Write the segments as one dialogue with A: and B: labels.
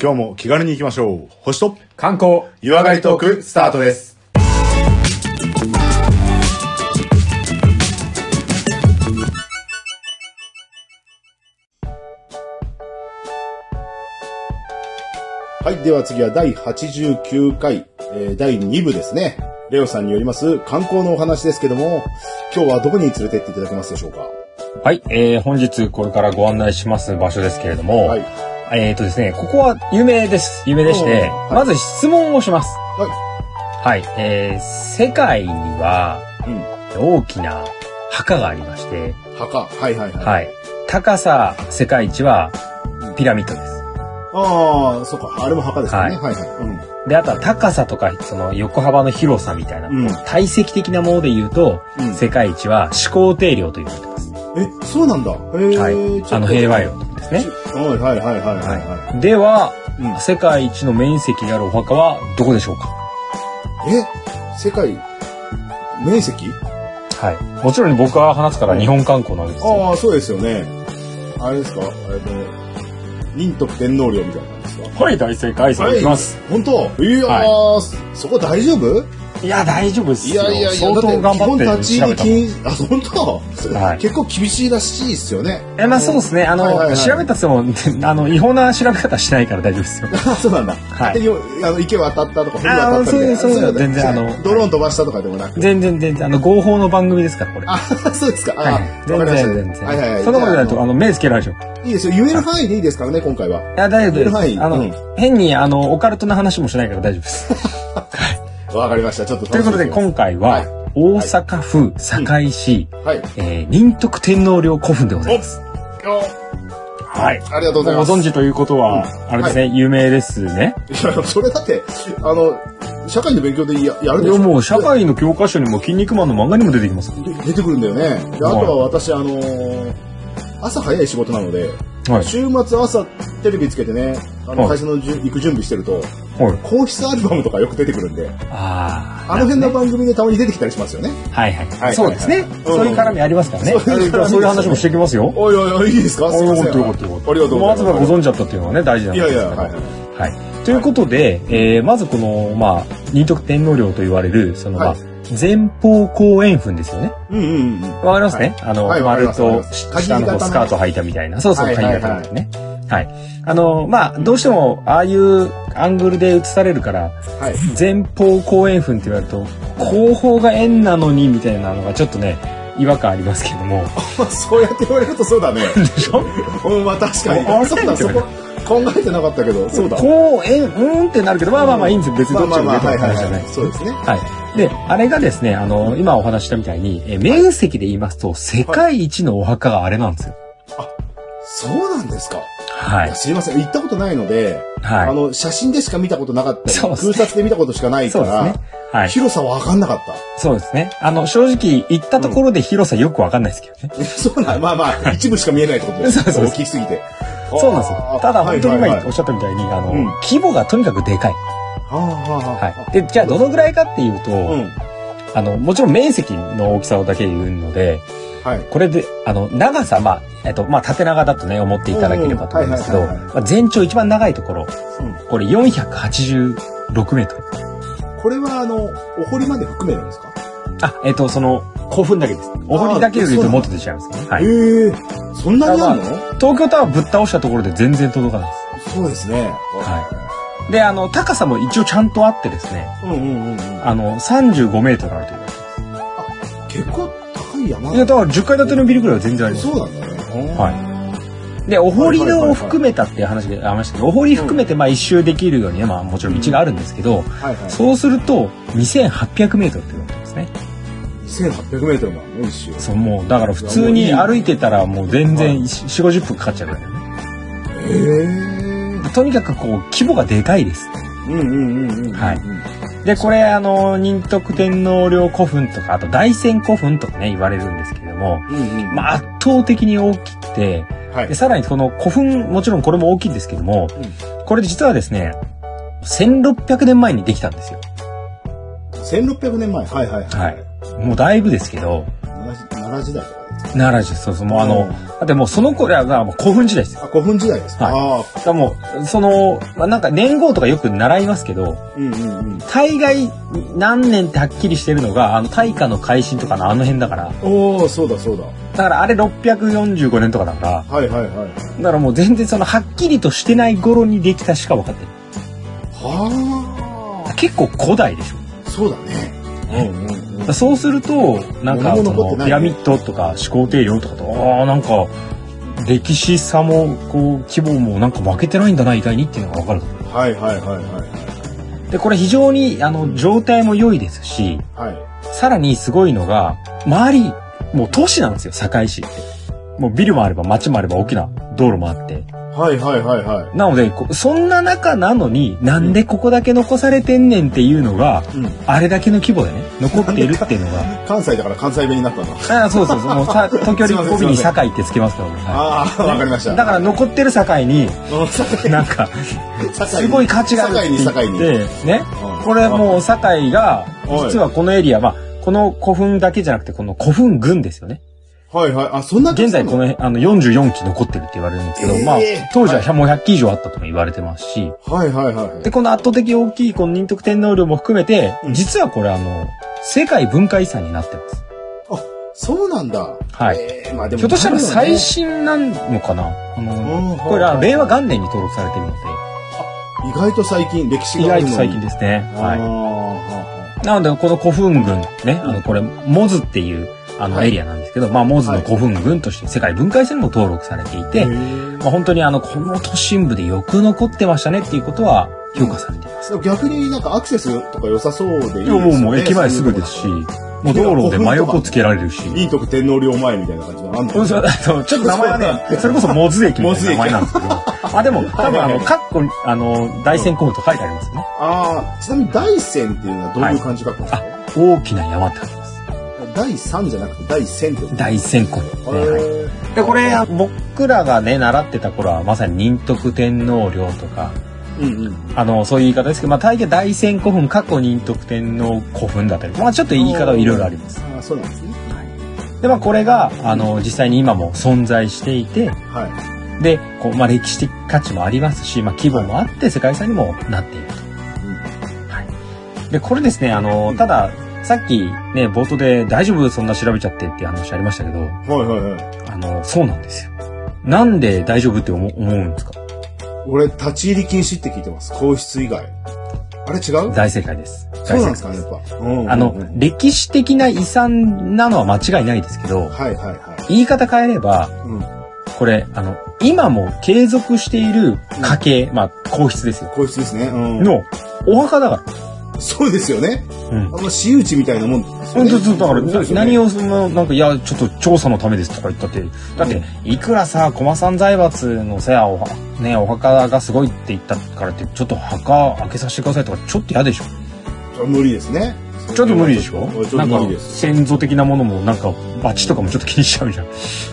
A: 今日も気軽に行きましょう。星と
B: 観光、
A: 湯上がりトークスタートです。はい、では次は第89回、えー第2部ですね。レオさんによります観光のお話ですけども、今日はどこに連れてっていただけますでしょうか
B: はい、えー、本日これからご案内します場所ですけれども、
A: はい。
B: えっ、ー、とですね、ここは有名です。有名でして、
A: おー
B: まず質問をします。
A: はい
B: はい。えー、世界には
A: うん。
B: 大きな墓がありまして、
A: 墓。はいはいはい。
B: はい。高さ世界一はピラミッドです。
A: ああ、そうか。あれも墓ですよね。はい、はい、
B: で、あとは高さとか、その横幅の広さみたいな、
A: うん。うん。
B: 体積的なもので言うと、
A: うん
B: 世界一は始皇帝陵と言われてます。
A: え、そうなんだ。へえ、
B: はい
A: ちょっ。と
B: あの平和陵ですね。
A: はいはいはいはいはいは
B: では、
A: い。うん、
B: 世界一の面積であるお墓はどこでしょうか
A: え世界面積
B: はい。もちろん僕は話すから日本観光なんですよ。
A: ああそうですよね。あれですかえっと仁徳天皇陵みたいな感じですか。
B: はい、大正解さんいきます。
A: 本当いやー、
B: は
A: そこ大丈夫
B: いや、大丈夫です
A: い
B: よ。
A: やいやいや、
B: 相当
A: だ
B: 頑
A: って基本
B: 張
A: 立
B: って
A: ち
B: 調
A: 入り
B: べたもん。
A: 禁止、あ、本当、
B: はい
A: 結構厳しいらしいですよね。
B: え、まあそうですね。あの、
A: はいはいはい
B: 調べたつも、 あの、違法な調べ方しないから大丈夫ですよ。
A: あ、 そうなんだ。
B: はい
A: 勝手にあの池渡ったとか、船渡ったみたいな。
B: あーそうですそうです全然あの
A: ドローン飛ばしたとかでもなく。
B: 全然全然、あの、合法の番組ですから、これ。
A: あ、 そうですか。あ、
B: はい
A: わかりまし
B: 全
A: た
B: 然全然。
A: はいはいはい。
B: そんなことない
A: じゃ
B: と、
A: あ
B: あの、目つけられちゃう。
A: あのいいですよ。言える範囲でいいですからね、今回は。
B: いや、大丈夫
A: はい
B: です。あの、
A: うん
B: 変に、あの、オカルトな話もしないから大丈 夫です。
A: わかりました。ちょっと
B: ということで、
A: 楽しみ
B: 今回は、
A: はい
B: 大阪府堺市、
A: にはい。
B: えー仁徳天皇陵古墳でございます。はい。
A: ありがとうござい
B: ご
A: ます。
B: 存知ということは、
A: うん
B: あれですね、有名ですね。
A: いや、それだって、あの、社会の勉強でややる
B: い
A: でしょ
B: や、もう、社会の教科書にも、筋肉マンの漫画にも出てきます。
A: で出てくるんだよね。であとは私、あのー朝早い仕事なので、
B: はい。
A: 週末朝テレビつけてね、あの
B: は
A: 会
B: い
A: 社のじゅ行く準備してると、
B: はい。
A: 皇室アルバムとかよく出てくるんで、
B: あー
A: あの辺の番組でたまに出てきたりしますよね。
B: はいはい
A: は
B: はいい。そうですね。そういう絡みありますからね。
A: そういう絡みですね
B: そういう話もしていきますよ。
A: おいおいおい、いいですかすいません。
B: よかったよかった
A: ありがとうございます。
B: まずはご存知だったっていうのはね、大事なん
A: い
B: です
A: やい
B: け
A: や、
B: ど
A: はいはい。
B: はい。ということで、えーまずこの、まあ、仁徳天皇陵と言われる、その、まあ
A: はい
B: 前方後円墳ですよね。
A: うんうんうん。
B: わかりますね、あの、
A: はいわかりま
B: 丸
A: すわかり
B: と
A: ます
B: 下
A: 鍵型
B: の
A: の
B: こうスカート履いたみたいな。そうそう、
A: はい
B: 鍵
A: はいはい
B: 型みたいなね。はい。あの、まあ、どうしても、ああいうアングルで映されるから、
A: はい。
B: 前方後円墳って言われると、後方が円なのに、みたいなのがちょっとね、違和感ありますけども。
A: まあそうやって言われるとそう だね。
B: でしょ
A: うん、まあ確かに。
B: ああれ
A: そうだ、そこ考えてなかったけど、そうだ。
B: こう、えん、うんってなるけど、まあまあまあいいんですよ。別に
A: ま
B: ど
A: あまあ
B: っちも
A: ま
B: 出
A: あ、
B: て
A: はい
B: る
A: はい
B: 話じゃ
A: は
B: ない
A: い。
B: です。
A: そうですね。
B: はい。で、あれがですね、あの、今お話ししたみたいに、え面積で言いますと、世界一のお墓があれなんですよ。
A: そうなんですか。
B: はい
A: や
B: い。
A: 知りません。行ったことないので、あ
B: は
A: の、写真でしか見たことなかったり、
B: そうです
A: 空
B: ね
A: 撮で見たことしかない
B: い。
A: か
B: そうです
A: ら
B: ね、。はい。
A: 広さは分かんなかった。
B: そうですね。あの、正直、行ったところで広さよくわかんないですけどね。
A: そうなん、まあまあ、一部しか見えないってことです。
B: そうそうそう
A: 大きすぎて。
B: そうなんですよ。ただ、本当に
A: はいはい
B: 今
A: はい
B: おっしゃったみたいに、あの、
A: うん
B: 規模がとにかくでかい。
A: ああああ
B: はい。で、じゃあ、どのぐらいかっていうと、
A: うん。
B: あの、もちろん面積の大きさだけ言うので、
A: はい。
B: これで、あの、長さ、まあ、えっと、まあ、縦長だとね、思っていただければと思うんですけど、
A: うんはいはいはい
B: まあ全長一番長いところ、
A: うん
B: これ486メートル。
A: これは、あの、お堀まで含めなんですか
B: あ、えっと、その、興奮だけです。お堀だけで言う
A: あーそうな
B: と
A: んだ
B: もっと出ちゃいますね。は
A: へ
B: い。
A: え、そんなにあるの
B: 東京タワーぶっ倒したところで全然届かないです。
A: そうですね。
B: はで、あの、高さも一応ちゃんとあってですね、
A: うんうんうんうん。
B: あの、35メートルあるというか。
A: 結構高い山
B: いや、だから10階建てのビルぐらいは全然あります。
A: そうなんだね。
B: で、お堀
A: はいはいはいは
B: の
A: い
B: 含めたっていう話がありましたけど、お堀含めてまあ一周できるようにね、まあもちろん道があるんですけど、
A: はいはい。
B: そうすると2800メートルって言われてますね。
A: 2800メートルもあるの一周。
B: そう、もう、だから普通に歩いてたらもう全然4、50分かかっちゃうぐらいだよ
A: へ
B: ね。
A: え。
B: とにかくこう、規模がでかいです。
A: うんうんうんうん。
B: はいで、これあの、仁徳天皇陵古墳とか、あと大仙古墳とかね、言われるんですけれども、
A: うんうん。
B: まあ、圧倒的に大きくて、
A: はい
B: で。さらにこの古墳もちろんこれも大きいんですけども、これ実はですね1600年前にできたんですよ
A: 1600年前。はいはいはい。
B: もうだいぶですけど
A: 奈良時代とかです
B: 奈良時そうそうもうあの、
A: うん
B: だってもうその頃はまあもう古墳時代ですよ。
A: あ、古墳時代ですか。
B: だからもうその、まあ、なんか年号とかよく習いますけど
A: ああ、うんうんうん。
B: 大概何年ってはっきりしてるのがあの大化の改新とかのあの辺だから
A: おお、そうだそうだ。
B: だからあれ645年とかだから
A: はいはいはい。
B: だからもう全然そのはっきりとしてない頃にできたしか分かってない
A: は
B: 結構古代でしょ
A: あ、そうだね。うんうんうん
B: だからそうするとなんか
A: 何も
B: そ
A: 残ってな
B: の
A: いね
B: ピラミッドとか始皇帝陵とかとああなんか歴史さもこう規模もなんか負けてないんだな意外にっていうのが分かると思
A: はいはいはいは
B: うでこれ非常にあの状態も良いですし
A: い。は
B: さらにすごいのが周りもう都市なんですよ堺市って。もうビルもあれば街もあれば大きな道路もあって
A: い。はいはいはいは
B: なのでこそんな中なのになんでここだけ残されてんねんっていうのが
A: い。うん。
B: あれだけの規模でね残っているっていうのが
A: 関西だから関西弁になったな。
B: ああそうそうそうも うさ東京
A: すい
B: に
A: ませんすい
B: 語尾
A: ません
B: に堺ってつけますから俺は
A: ああ、わかりまし
B: い
A: た。
B: だから残ってる 堺に
A: うん、堺
B: なんか
A: 堺
B: すごい価値があるって
A: 堺に
B: 言ってね
A: うん
B: これもう堺が
A: はい
B: 実はこのエリアまあこの古墳だけじゃなくてこの古墳群ですよね
A: はいはい。あ、そんな
B: 現在こ
A: の
B: の辺あの44期残ってるって言われるんですけど、
A: えー
B: まあ当時
A: は
B: はもう100期以上あったとも言われてますし、
A: はいはいはい。
B: でこの圧倒的大きいこの仁徳天皇陵も含めて、
A: うん
B: 実はこれあの世界文化遺産になってます。
A: そうなんだ。
B: はい
A: えーまあでも
B: ひょっとしたら
A: あるよ
B: 最
A: ね
B: 新なのかな。あ
A: うん
B: のこれあの令和元年に登録されているの
A: 意外と最近、歴史
B: で、意
A: があ
B: 外
A: るの
B: と
A: に。
B: 最近ですね。
A: あー。
B: はい。
A: は
B: なので、この古墳群ね、あの、これ、モズっていう、あの、
A: はい
B: エリアなんですけど、まあ、モズの古墳群として世界文化遺産にも登録されてい
A: い
B: て、
A: はい
B: ま
A: へ
B: あ、本当にあの、この都心部でよく残ってましたねっていうことは評価されています。
A: ー逆になんかアクセスとか良さそうでいいです
B: いや
A: よね。
B: もう、もう駅前すぐですし、もう道路で真横つけられるし。
A: いいとこ天皇陵前みたいな感じのあんの
B: うんそうあのちょっと名前はね、それこそモズ駅みたいな名前なんですけど。 あ、でも、多分あの、カッコ、あの、大仙古墳と書いてありますよね。
A: ああ、ちなみに大山っていうのはどういう感じ書くんですか、
B: 大きな山ってあります。
A: 第三じゃなくて第千ってこと
B: 大仙古墳ね。はい
A: へー
B: でこれ僕らがね習ってた頃はまさに仁徳天皇陵とか
A: うんうん。
B: あのそういう言い方ですけど、まあ、大抵大仙古墳過去仁徳天皇古墳だったり、まあ、ちょっと言い方はいろいろあります。
A: ああ、そうなんですね。
B: でまあこれがあの実際に今も存在していて
A: は
B: でこう、まあ、歴史的価値もありますし、まあ、規模もあって世界遺産にもなっていると。はい、でこれですねあのたださっきね冒頭で「大丈夫そんな調べちゃって」っていう話ありましたけど
A: い。はいはいはい。
B: あのそうなんですよ。なんで大丈夫って思思うんですか
A: 俺、立ち入り禁止って聞いてます。皇室以外。あれ違う
B: 大正解です。
A: そうなん
B: 大
A: ですか
B: 正解
A: ね、やっぱ。うん
B: あ
A: う
B: の
A: んうん、
B: 歴史的な遺産なのは間違いないですけど、
A: はいはいはい。
B: 言い方変えれば、
A: うん。
B: これ、あの、今も継続している家系、まあ、皇室ですよ。
A: 皇室ですね。うん。
B: の、お墓だか
A: そうですよね。
B: ら。うん
A: あ。の、私有地みたいなもんですよ
B: 本
A: ね。
B: 当ずっとだ
A: そう
B: か
A: です
B: ら、
A: よね
B: 何をその、なんか、いや、ちょっと調査のためですとか言ったって、だって、いくらさ、駒さん財閥のさ、おはね、お墓がすごいって言ったからって、ちょっと墓開けさせてくださいとか、ちょっと嫌でしょ
A: 無理ですね。
B: ちょっと無理でしょ
A: ちょ
B: な
A: っと
B: ん
A: 無
B: か
A: 理です。
B: 先祖的なものもなんかバチとかもちょっと気にしちゃうじゃん。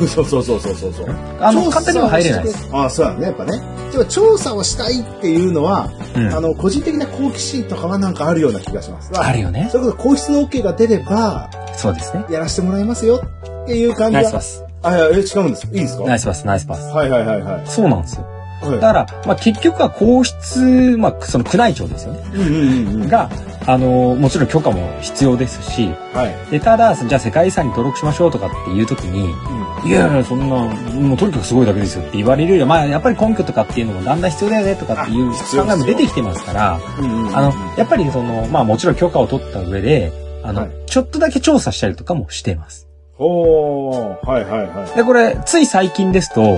A: そうそうそうそうそうそう。
B: あの
A: 調査
B: 勝手には入れないです。
A: ああ、そうだね、やっぱね。でも調査をしたいっていうのは、
B: うん
A: あの、個人的な好奇心とかはなんかあるような気がします。
B: あるよね。
A: それこそ皇室の OK が出れば、
B: そうですね。
A: やらせてもらいますよっていう感じ
B: ナイス
A: は。
B: パス。
A: あ、いや、え、違うんですかいいんですか
B: ナイスパス、ナイスパス。
A: はいはいはいはい。
B: そうなんですよ。だ
A: は
B: から、まあ、結局は皇室、まあ、その宮内庁ですよね。
A: い。うんうんうんうん。
B: が、あの、もちろん許可も必要ですし、
A: はい。
B: で、ただ、じゃあ世界遺産に登録しましょうとかっていうときに、いやいや、そんな、もうとにかくすごいだけですよって言われるよりは、まあ、やっぱり根拠とかっていうのもだんだん必要だよねとかっていう
A: あ必要
B: 考えも出てきてますから、
A: うんうんうん。
B: あの、やっぱりその、まあもちろん許可を取った上で、あの、
A: はい
B: ちょっとだけ調査したりとかもしています。
A: おー、はいはいはい。
B: で、これ、つい最近ですと、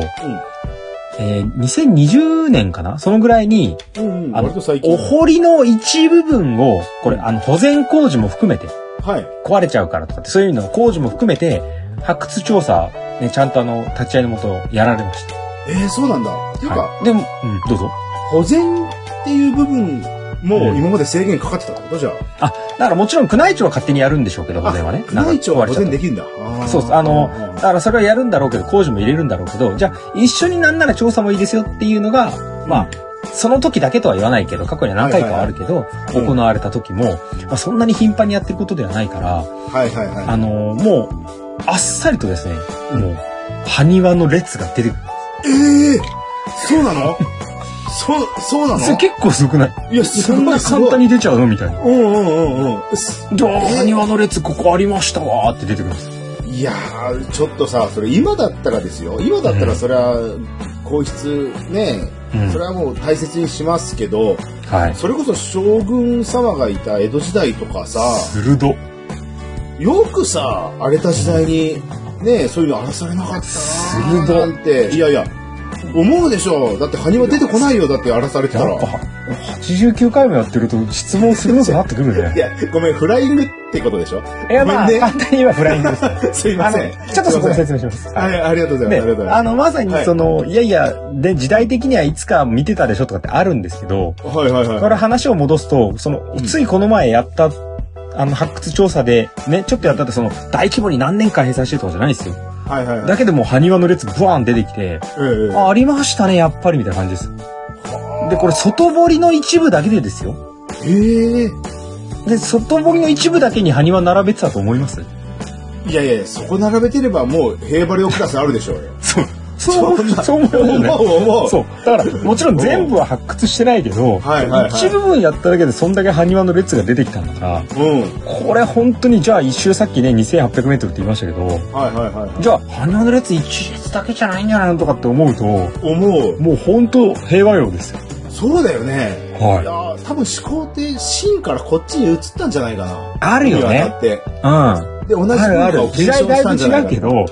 B: えー2020年かなそのぐらいに、
A: うん。うんうん。
B: あの
A: 割と最近。
B: お堀の一部分を、これ、あの、保全工事も含めて、
A: はい。
B: 壊れちゃうからとかって、そういうの工事も含めて、発掘調査、ね、ちゃんとあの、立ち会いのもとやられました。
A: えー、そうなんだ。っていうか、
B: はい、でも、うん、どうぞ。
A: 保全っていう部分も
B: うん
A: 今まで制限かかってたってことじゃあ。
B: あ、だからもちろん宮内庁は勝手にやるんでしょうけど、保全はね。
A: 宮内庁は保
B: なんか
A: 全
B: 壊れちゃった
A: できるんだ。
B: そうですあのだ
A: は
B: からそれはやるんだろうけど、工事も入れるんだろうけど、じゃあ一緒になんなら調査もいいですよっていうのが、まあ、その時だけとは言わないけど、過去には何回かはあるけど、
A: いはい
B: 行われた時も、まあ、そんなに頻繁にやってることではないから、
A: いはいはい。
B: あのもあっさりとですね、もう、埴輪の列が出てくる。
A: ええそうな のそう、そうな
B: それ
A: の
B: 結構すごくない
A: いや、
B: そんな簡単
A: に。
B: に出ちゃうのみたいな。
A: うんうんうんうんす。
B: じゃあ、埴輪の列ここありましたわーって出てくるんです。
A: いやー、ちょっとさ、それ今だったらですよ。今だったらそれは、皇室ね、
B: うん
A: それはもう大切にしますけど、
B: はい。
A: それこそ将軍様がいた江戸時代とかさ、
B: 鋭。
A: よくさ、荒れた時代に、ね、そういうの荒らされなかったな
B: 鋭
A: ーなんて、いやいや、思うでしょ。だって埴輪出てこないよ、だって荒らされてた
B: やっぱ
A: ら。、
B: 89回もやってると質問鋭くなってくる
A: い
B: ね。
A: や、ごめん、フライングってことでしょ
B: いや、まあ、
A: ごめんね
B: 簡単に言えばフライングです。
A: すいま
B: あ
A: せん。
B: の、ちょっとそこで説明します。
A: はい、ありがとうございます。あり
B: ね
A: がとうござい、
B: あ
A: ま
B: の、まさに
A: はい
B: その、い、やいや、で、時代的にはいつか見てたでしょとかってあるんですけど、
A: す。はいはい
B: こ
A: は
B: れ話を戻すと、その、ついこの前やった、あの、発掘調査で、ね、ちょっとやったって、その、大規模に何年間閉鎖してるとかじゃないんですよ。
A: い。はいはいはい。
B: だけどもう、埴輪の列、ブワーン出てきて、
A: ええ
B: あ、ありましたね、やっぱり、みたいな感じです。で、これ、外堀の一部だけでですよ。
A: ええ
B: で、外堀の一部だけに埴輪並べてたと思います
A: いやいや、そこ並べてればもうヘーバリオクラスあるでしょうよ。
B: そう。そう
A: そんな
B: 思 う、そう思うよね。
A: 思う思う。
B: そう。だから、もちろん全部は発掘してないけど、
A: はいはいはい
B: 一部分やっただけでそんだけ埴輪の列が出てきたんだから、
A: うん。
B: これ本当にじゃあ一周さっきね、2800メートルって言いましたけど、
A: はいはいはいは
B: じゃあ埴輪の列一列だけじゃないんじゃないのとかって思うと、
A: い。思う。
B: もう本当平和よですよ。
A: そうだよね。いや
B: は
A: ー多分思考って芯からこっちに移ったんじゃないかな。
B: あるよね
A: だって。
B: い。うん。あ
A: で、同じ文
B: るあ
A: 化を
B: る。
A: 継
B: 時
A: 承
B: 代だ
A: し
B: い
A: たん
B: ぶ
A: じゃな
B: 違
A: いうか
B: けど、
A: な。い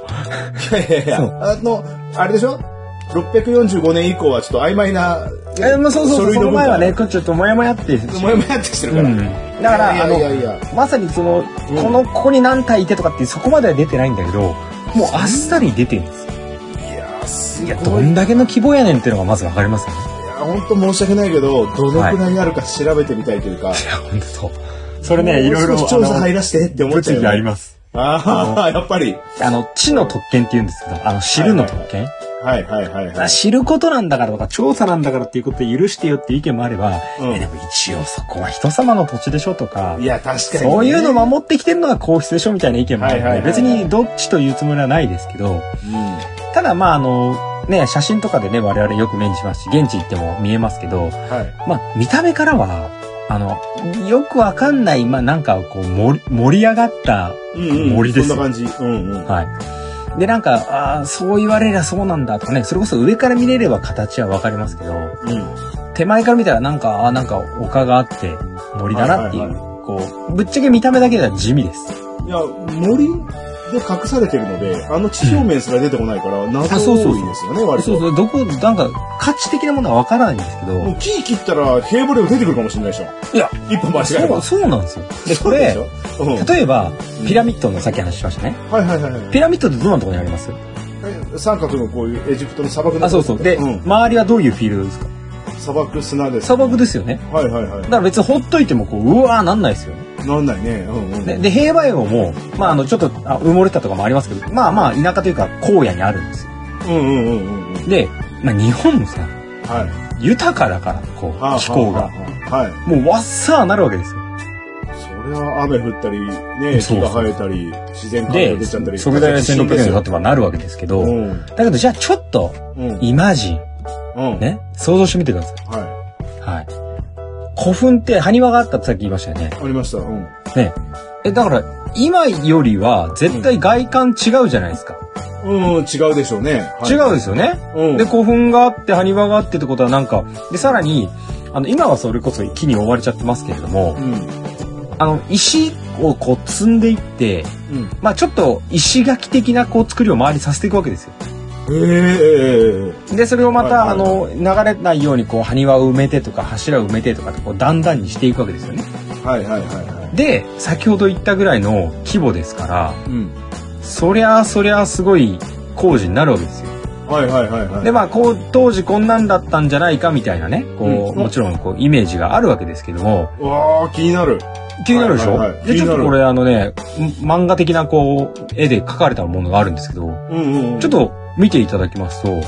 A: やいやいや、
B: そう
A: あの、あれでしょ ?645 年以降はちょっと曖昧な、
B: え、まあそうそ
A: 書
B: うそう、
A: 類
B: そ
A: の
B: の
A: 文化
B: 前はね、これちょっとモヤモヤって。
A: もやもやってきてる
B: う
A: から。
B: ん。だから、あ
A: いやいや
B: の、
A: いやいや
B: まさにその、この、ここに何体いてとかってそこまでは出てないんだけど、もうあっさり出てるんですよ。
A: いやー、す
B: い
A: ご
B: や、
A: い。
B: どんだけの規模やねんっていうのがまずわかりますよね。
A: いや、本当申し訳ないけど、どのくらいあるか調べてみたいというか。
B: いや、ほんとそう。それね、い
A: もう
B: ろいろ、
A: 少し調査
B: あ
A: 入
B: の
A: らしてって思っちゃうよ
B: 物議
A: ね。
B: あります。
A: ああ、やっぱり。
B: あの、知の特権って言うんですけど、あの、知るの特権。
A: はいはいはいはい。
B: 知ることなんだからとか、調査なんだからっていうことで許してよっていう意見もあれば、
A: うん
B: えでも一応そこは人様の土地でしょとか
A: い、や、確かにね。
B: そういうの守ってきてるのが皇室でしょみたいな意見もある
A: はい
B: の
A: はい
B: で、
A: はい
B: 別にどっちというつもりはないですけど、
A: うん。
B: ただまああの、ね、写真とかでね、我々よく目にしますし、現地行っても見えますけど、
A: はい。
B: まあ、見た目からは、あの、よくわかんない、まあ、なんか、こう、盛り盛り上がった、
A: うんうん、
B: 森です
A: そんな感じ。うんうん。
B: はい。で、なんか、ああ、そう言われりゃそうなんだとかね、それこそ上から見れれば形はわかりますけど、
A: うん。
B: 手前から見たらなんか、ああ、なんか丘があって森だなっていう、
A: はいは
B: こう、ぶっちゃけ見た目だけでは地味です。
A: いや、森で隠されてるので、あの地表面すら出てこないから、謎が
B: あそうそう
A: 多いですよね、割
B: そう
A: と。
B: そう、どこ、なんか、価値的なものはわからないんですけ
A: も
B: ど
A: う、木切ったら平凡でも出てくるかもしれないでしょ。
B: いや、
A: 一歩間違え
B: そ
A: ば
B: う、。そうなんですよ。で、こ
A: そうでし
B: れ、
A: ょうん。はい
B: 例えば、ピラミッドのさっき話しましたね。
A: はいはいはい
B: ピラミッドってどんなところにあります
A: え。三角のこういうエジプトの砂漠の。
B: あ、そうそう。で、
A: うん。
B: 周りはどういうフィールドですか
A: 砂漠砂です。
B: 砂漠ですよね。
A: はいはいは
B: だから別にほっといてもこう、うわーなんないですよね。
A: い。なんないね。うんうん。
B: で、で平和洋も、まああの、ちょっとあ埋もれてたとかもありますけど、まあまあ田舎というか荒野にあるんですよ。
A: うんうんうんうんうん。
B: で、まあ日本もさ、
A: はい。
B: 豊かだから、こ
A: はあ
B: う、気
A: は
B: 候が。
A: あはあはい。
B: もうわっさーなるわけですよ。
A: それは雨降ったり、ね、
B: そ
A: 木
B: う
A: が生えたり、自然環境
B: で
A: 出ちゃったり、、
B: 食材は1600円
A: で
B: です買っ
A: よ。
B: てもなるわけですけど、
A: う
B: だ
A: ん。うん。
B: けどじゃあちょっと、
A: うん。
B: イマジン、ね、想像してみてくださ。
A: はい
B: はい。古墳って埴輪があったってさっき言いましたよね。
A: い。ありました。うん。
B: ね。え、だから、今よりは絶対外観違うじゃないですか。
A: うん、違うでしょうね。はい
B: 違うんですよね。
A: うん。
B: で、古墳があって、埴輪があってってことはなんか、で、さらに、あの、今はそれこそ木に覆われちゃってますけれども
A: う、ん。
B: あの、石をこう積んでいって、
A: うん。
B: まあちょっと石垣的なこう作りを周りさせていくわけですよ。
A: ええ
B: で、それをまた、
A: は
B: あ
A: いはい
B: の、流れないようにこう埴輪を埋めてとか柱を埋めてとかってこう段々にしていくわけですよね。
A: はいはいはいは
B: で、先ほど言ったぐらいの規模ですから、
A: い。うん。
B: そりゃあそりゃあすごい工事になるわけですよ。
A: はいはいはいはい。
B: でまあこう当時こんなんだったんじゃないかみたいなねこう、
A: うん
B: もちろんこうイメージがあるわけですけども
A: うわあ、気になる。
B: 気になるでしょ、
A: はいはいはい
B: でち
A: 気
B: ょっ
A: になる
B: とこれあのねん漫画的なこう絵で描かれたものがあるんですけど
A: うんうんうん。
B: ちょっ。と見ていただきますと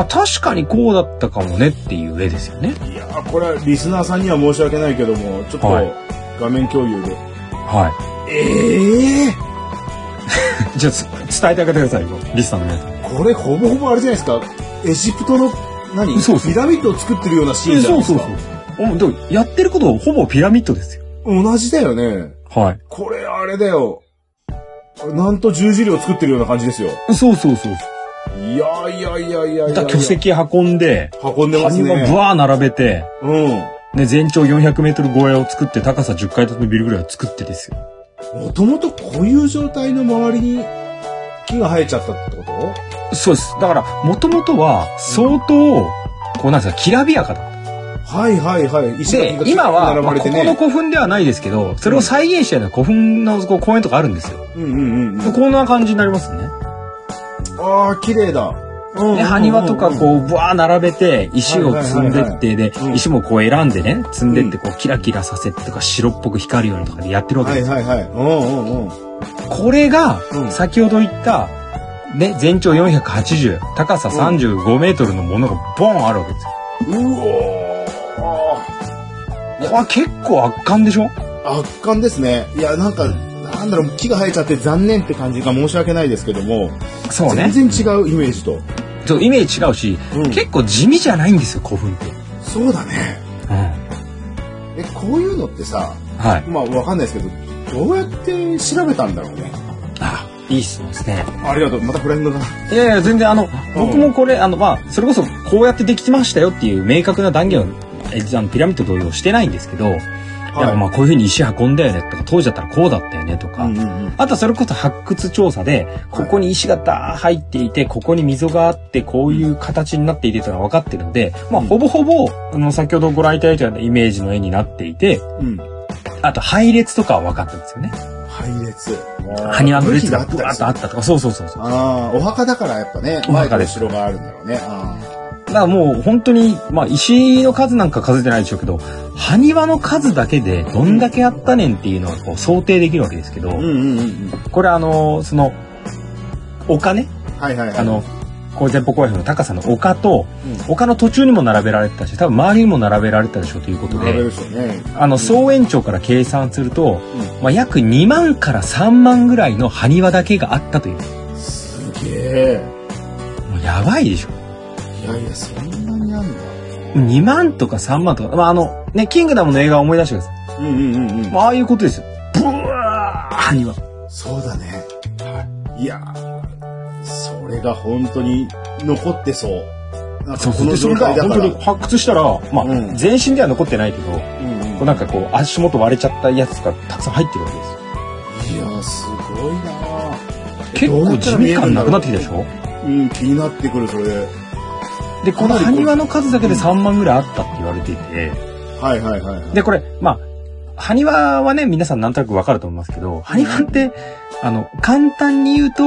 B: あ確かにこうだったかもねっていう絵ですよね。
A: いやーこれはリスナーさんには申し訳ないけども、ちょっと
B: はい
A: 画面共有で。
B: は
A: ええ
B: じゃあつ伝えてあげてくださいよ、リスさんの皆さん。
A: これほぼほぼあれじゃないですか。エジプトの、何
B: そうそう
A: ピラミッドを作ってるようなシーンじゃないですか。
B: おでもやってることほぼピラミッドですよ。
A: 同じだよね。
B: は
A: これあれだよ。なんと十字量作ってるような感じですよ。
B: い。そうそうそう。
A: いやいやいやいやい
B: だ
A: や
B: から巨石運んで、
A: 運んで
B: カ
A: ます
B: ニをブ
A: ね。
B: ワー並べて、
A: うん。
B: ね、全長400メートル超えを作って、高さ10階建てのビルぐらいを作ってですよ。
A: もともとこういう状態の周りに木が生えちゃったってこと
B: そうです。だから、もともとは、相当、こうなんですか、きらびやかだった。
A: はいはいはい。石
B: で
A: 垣が、
B: 今は、
A: 並
B: ま
A: ば
B: あ
A: れ
B: こ
A: て
B: こ
A: ね。
B: の古墳ではないですけど、それを再現したような古墳のこう公園とかあるんですよ。
A: うんうんうんうん。
B: こんな感じになりますね。
A: ああ、綺麗だ。うん
B: で、埴輪とかこう、ぶわー並べて、石を積んでって、で
A: う、ん
B: 石もこう選んでね、積んでって、こう、キラキラさせてとか、白っぽく光るようにとかでやってるわけ
A: は
B: で
A: い
B: す。
A: はいはい。うんうんうん。
B: これが
A: う、ん
B: 先ほど言った、ね、全長480、高さ35メートルのものがボンあるわけですよ。
A: うおー
B: これは結構圧巻でしょ
A: 圧巻ですね。いや、なんか、なんだろう、木が生えちゃって残念って感じが申し訳ないですけども、
B: そうね。
A: 全然違うイメージと。
B: そう、イメージ違うし、
A: うん
B: 結構地味じゃないんですよ、古墳って。
A: そうだね。
B: うん。
A: え、こういうのってさ、
B: はい。
A: まあわかんないですけど、どうやって調べたんだろうね。
B: あ、いい質問ですね。
A: ありがとう。またフライングだな。
B: いやいや、全然あの、僕もこれ、あの、まあ、それこそこうやってできてましたよっていう明確な断言を、えあのピラミッド同様してないんですけど、やっぱまあこういうふうに石運んだよねとか、当時だったらこうだったよねとか、
A: うんうんうん。
B: あとはそれこそ発掘調査で、ここに石がダー入っていて、ここに溝があって、こういう形になっていてというのが分かってるので、まあほぼほぼ、あの、先ほどご覧いただいたようなイメージの絵になっていて、
A: うん。
B: あと配列とかは分かったんですよね。
A: 配列。
B: 埴輪の列が
A: あ
B: ブ
A: った
B: ワ
A: り
B: ーッ
A: す
B: と
A: る
B: あったとか、そうそうそうそう。
A: ああ、お墓だからやっぱね、
B: お
A: 前と
B: 墓です
A: 後ろがあるんだろうね。あ
B: だからもう本当に、まあ石の数なんか数えてないでしょうけど、埴輪の数だけでどんだけあったねんっていうのはこう想定できるわけですけど
A: あ。、うんうんうんうん。
B: これあの、その、丘ね、
A: はいはいはい。
B: あの、こう前方後円墳の高さの丘と、
A: う
B: 丘の途中にも並べられてたし、多分周りにも並べられてたでしょうというこ
A: ん、
B: と
A: 並べる
B: で、
A: でしょうね。
B: あの、総延長から計算すると、まあ約2万から3万ぐらいの埴輪だけがあったという。
A: すげえ。
B: もうやばいでしょ。
A: いやいや、そんなにあんだ。
B: 2万とか3万とか、まああの、ね、キングダムの映画を思い出してくださ
A: う
B: い。
A: んうんうんうん。
B: まあ、ああいうことですよ。ブワー埴輪。
A: そうだね。いやーそれが本当に残ってそう。なんかこの
B: そ
A: 状
B: れが
A: 態だから。
B: 本当に発掘したら、まあ、
A: うん
B: 全身では残ってないけど、こ
A: うんうん
B: うなんかこう、足元割れちゃったやつがたくさん入ってるわけです
A: い
B: よ。
A: やーすごいなー
B: 結
A: どうや
B: 構
A: った
B: 地
A: ら見え
B: 味
A: るんだ
B: 感な
A: ろう
B: くなってきたでしょ
A: うん、気になってくる、それで。
B: で、こ
A: か
B: の
A: なりこう
B: 埴輪の数だけで3万ぐらいあったって言われていて、
A: はいはいはいはい。
B: で、これ、まあ、埴輪はね、皆さんなんとなくわかると思いますけど、埴輪って、あの、簡単に言うと、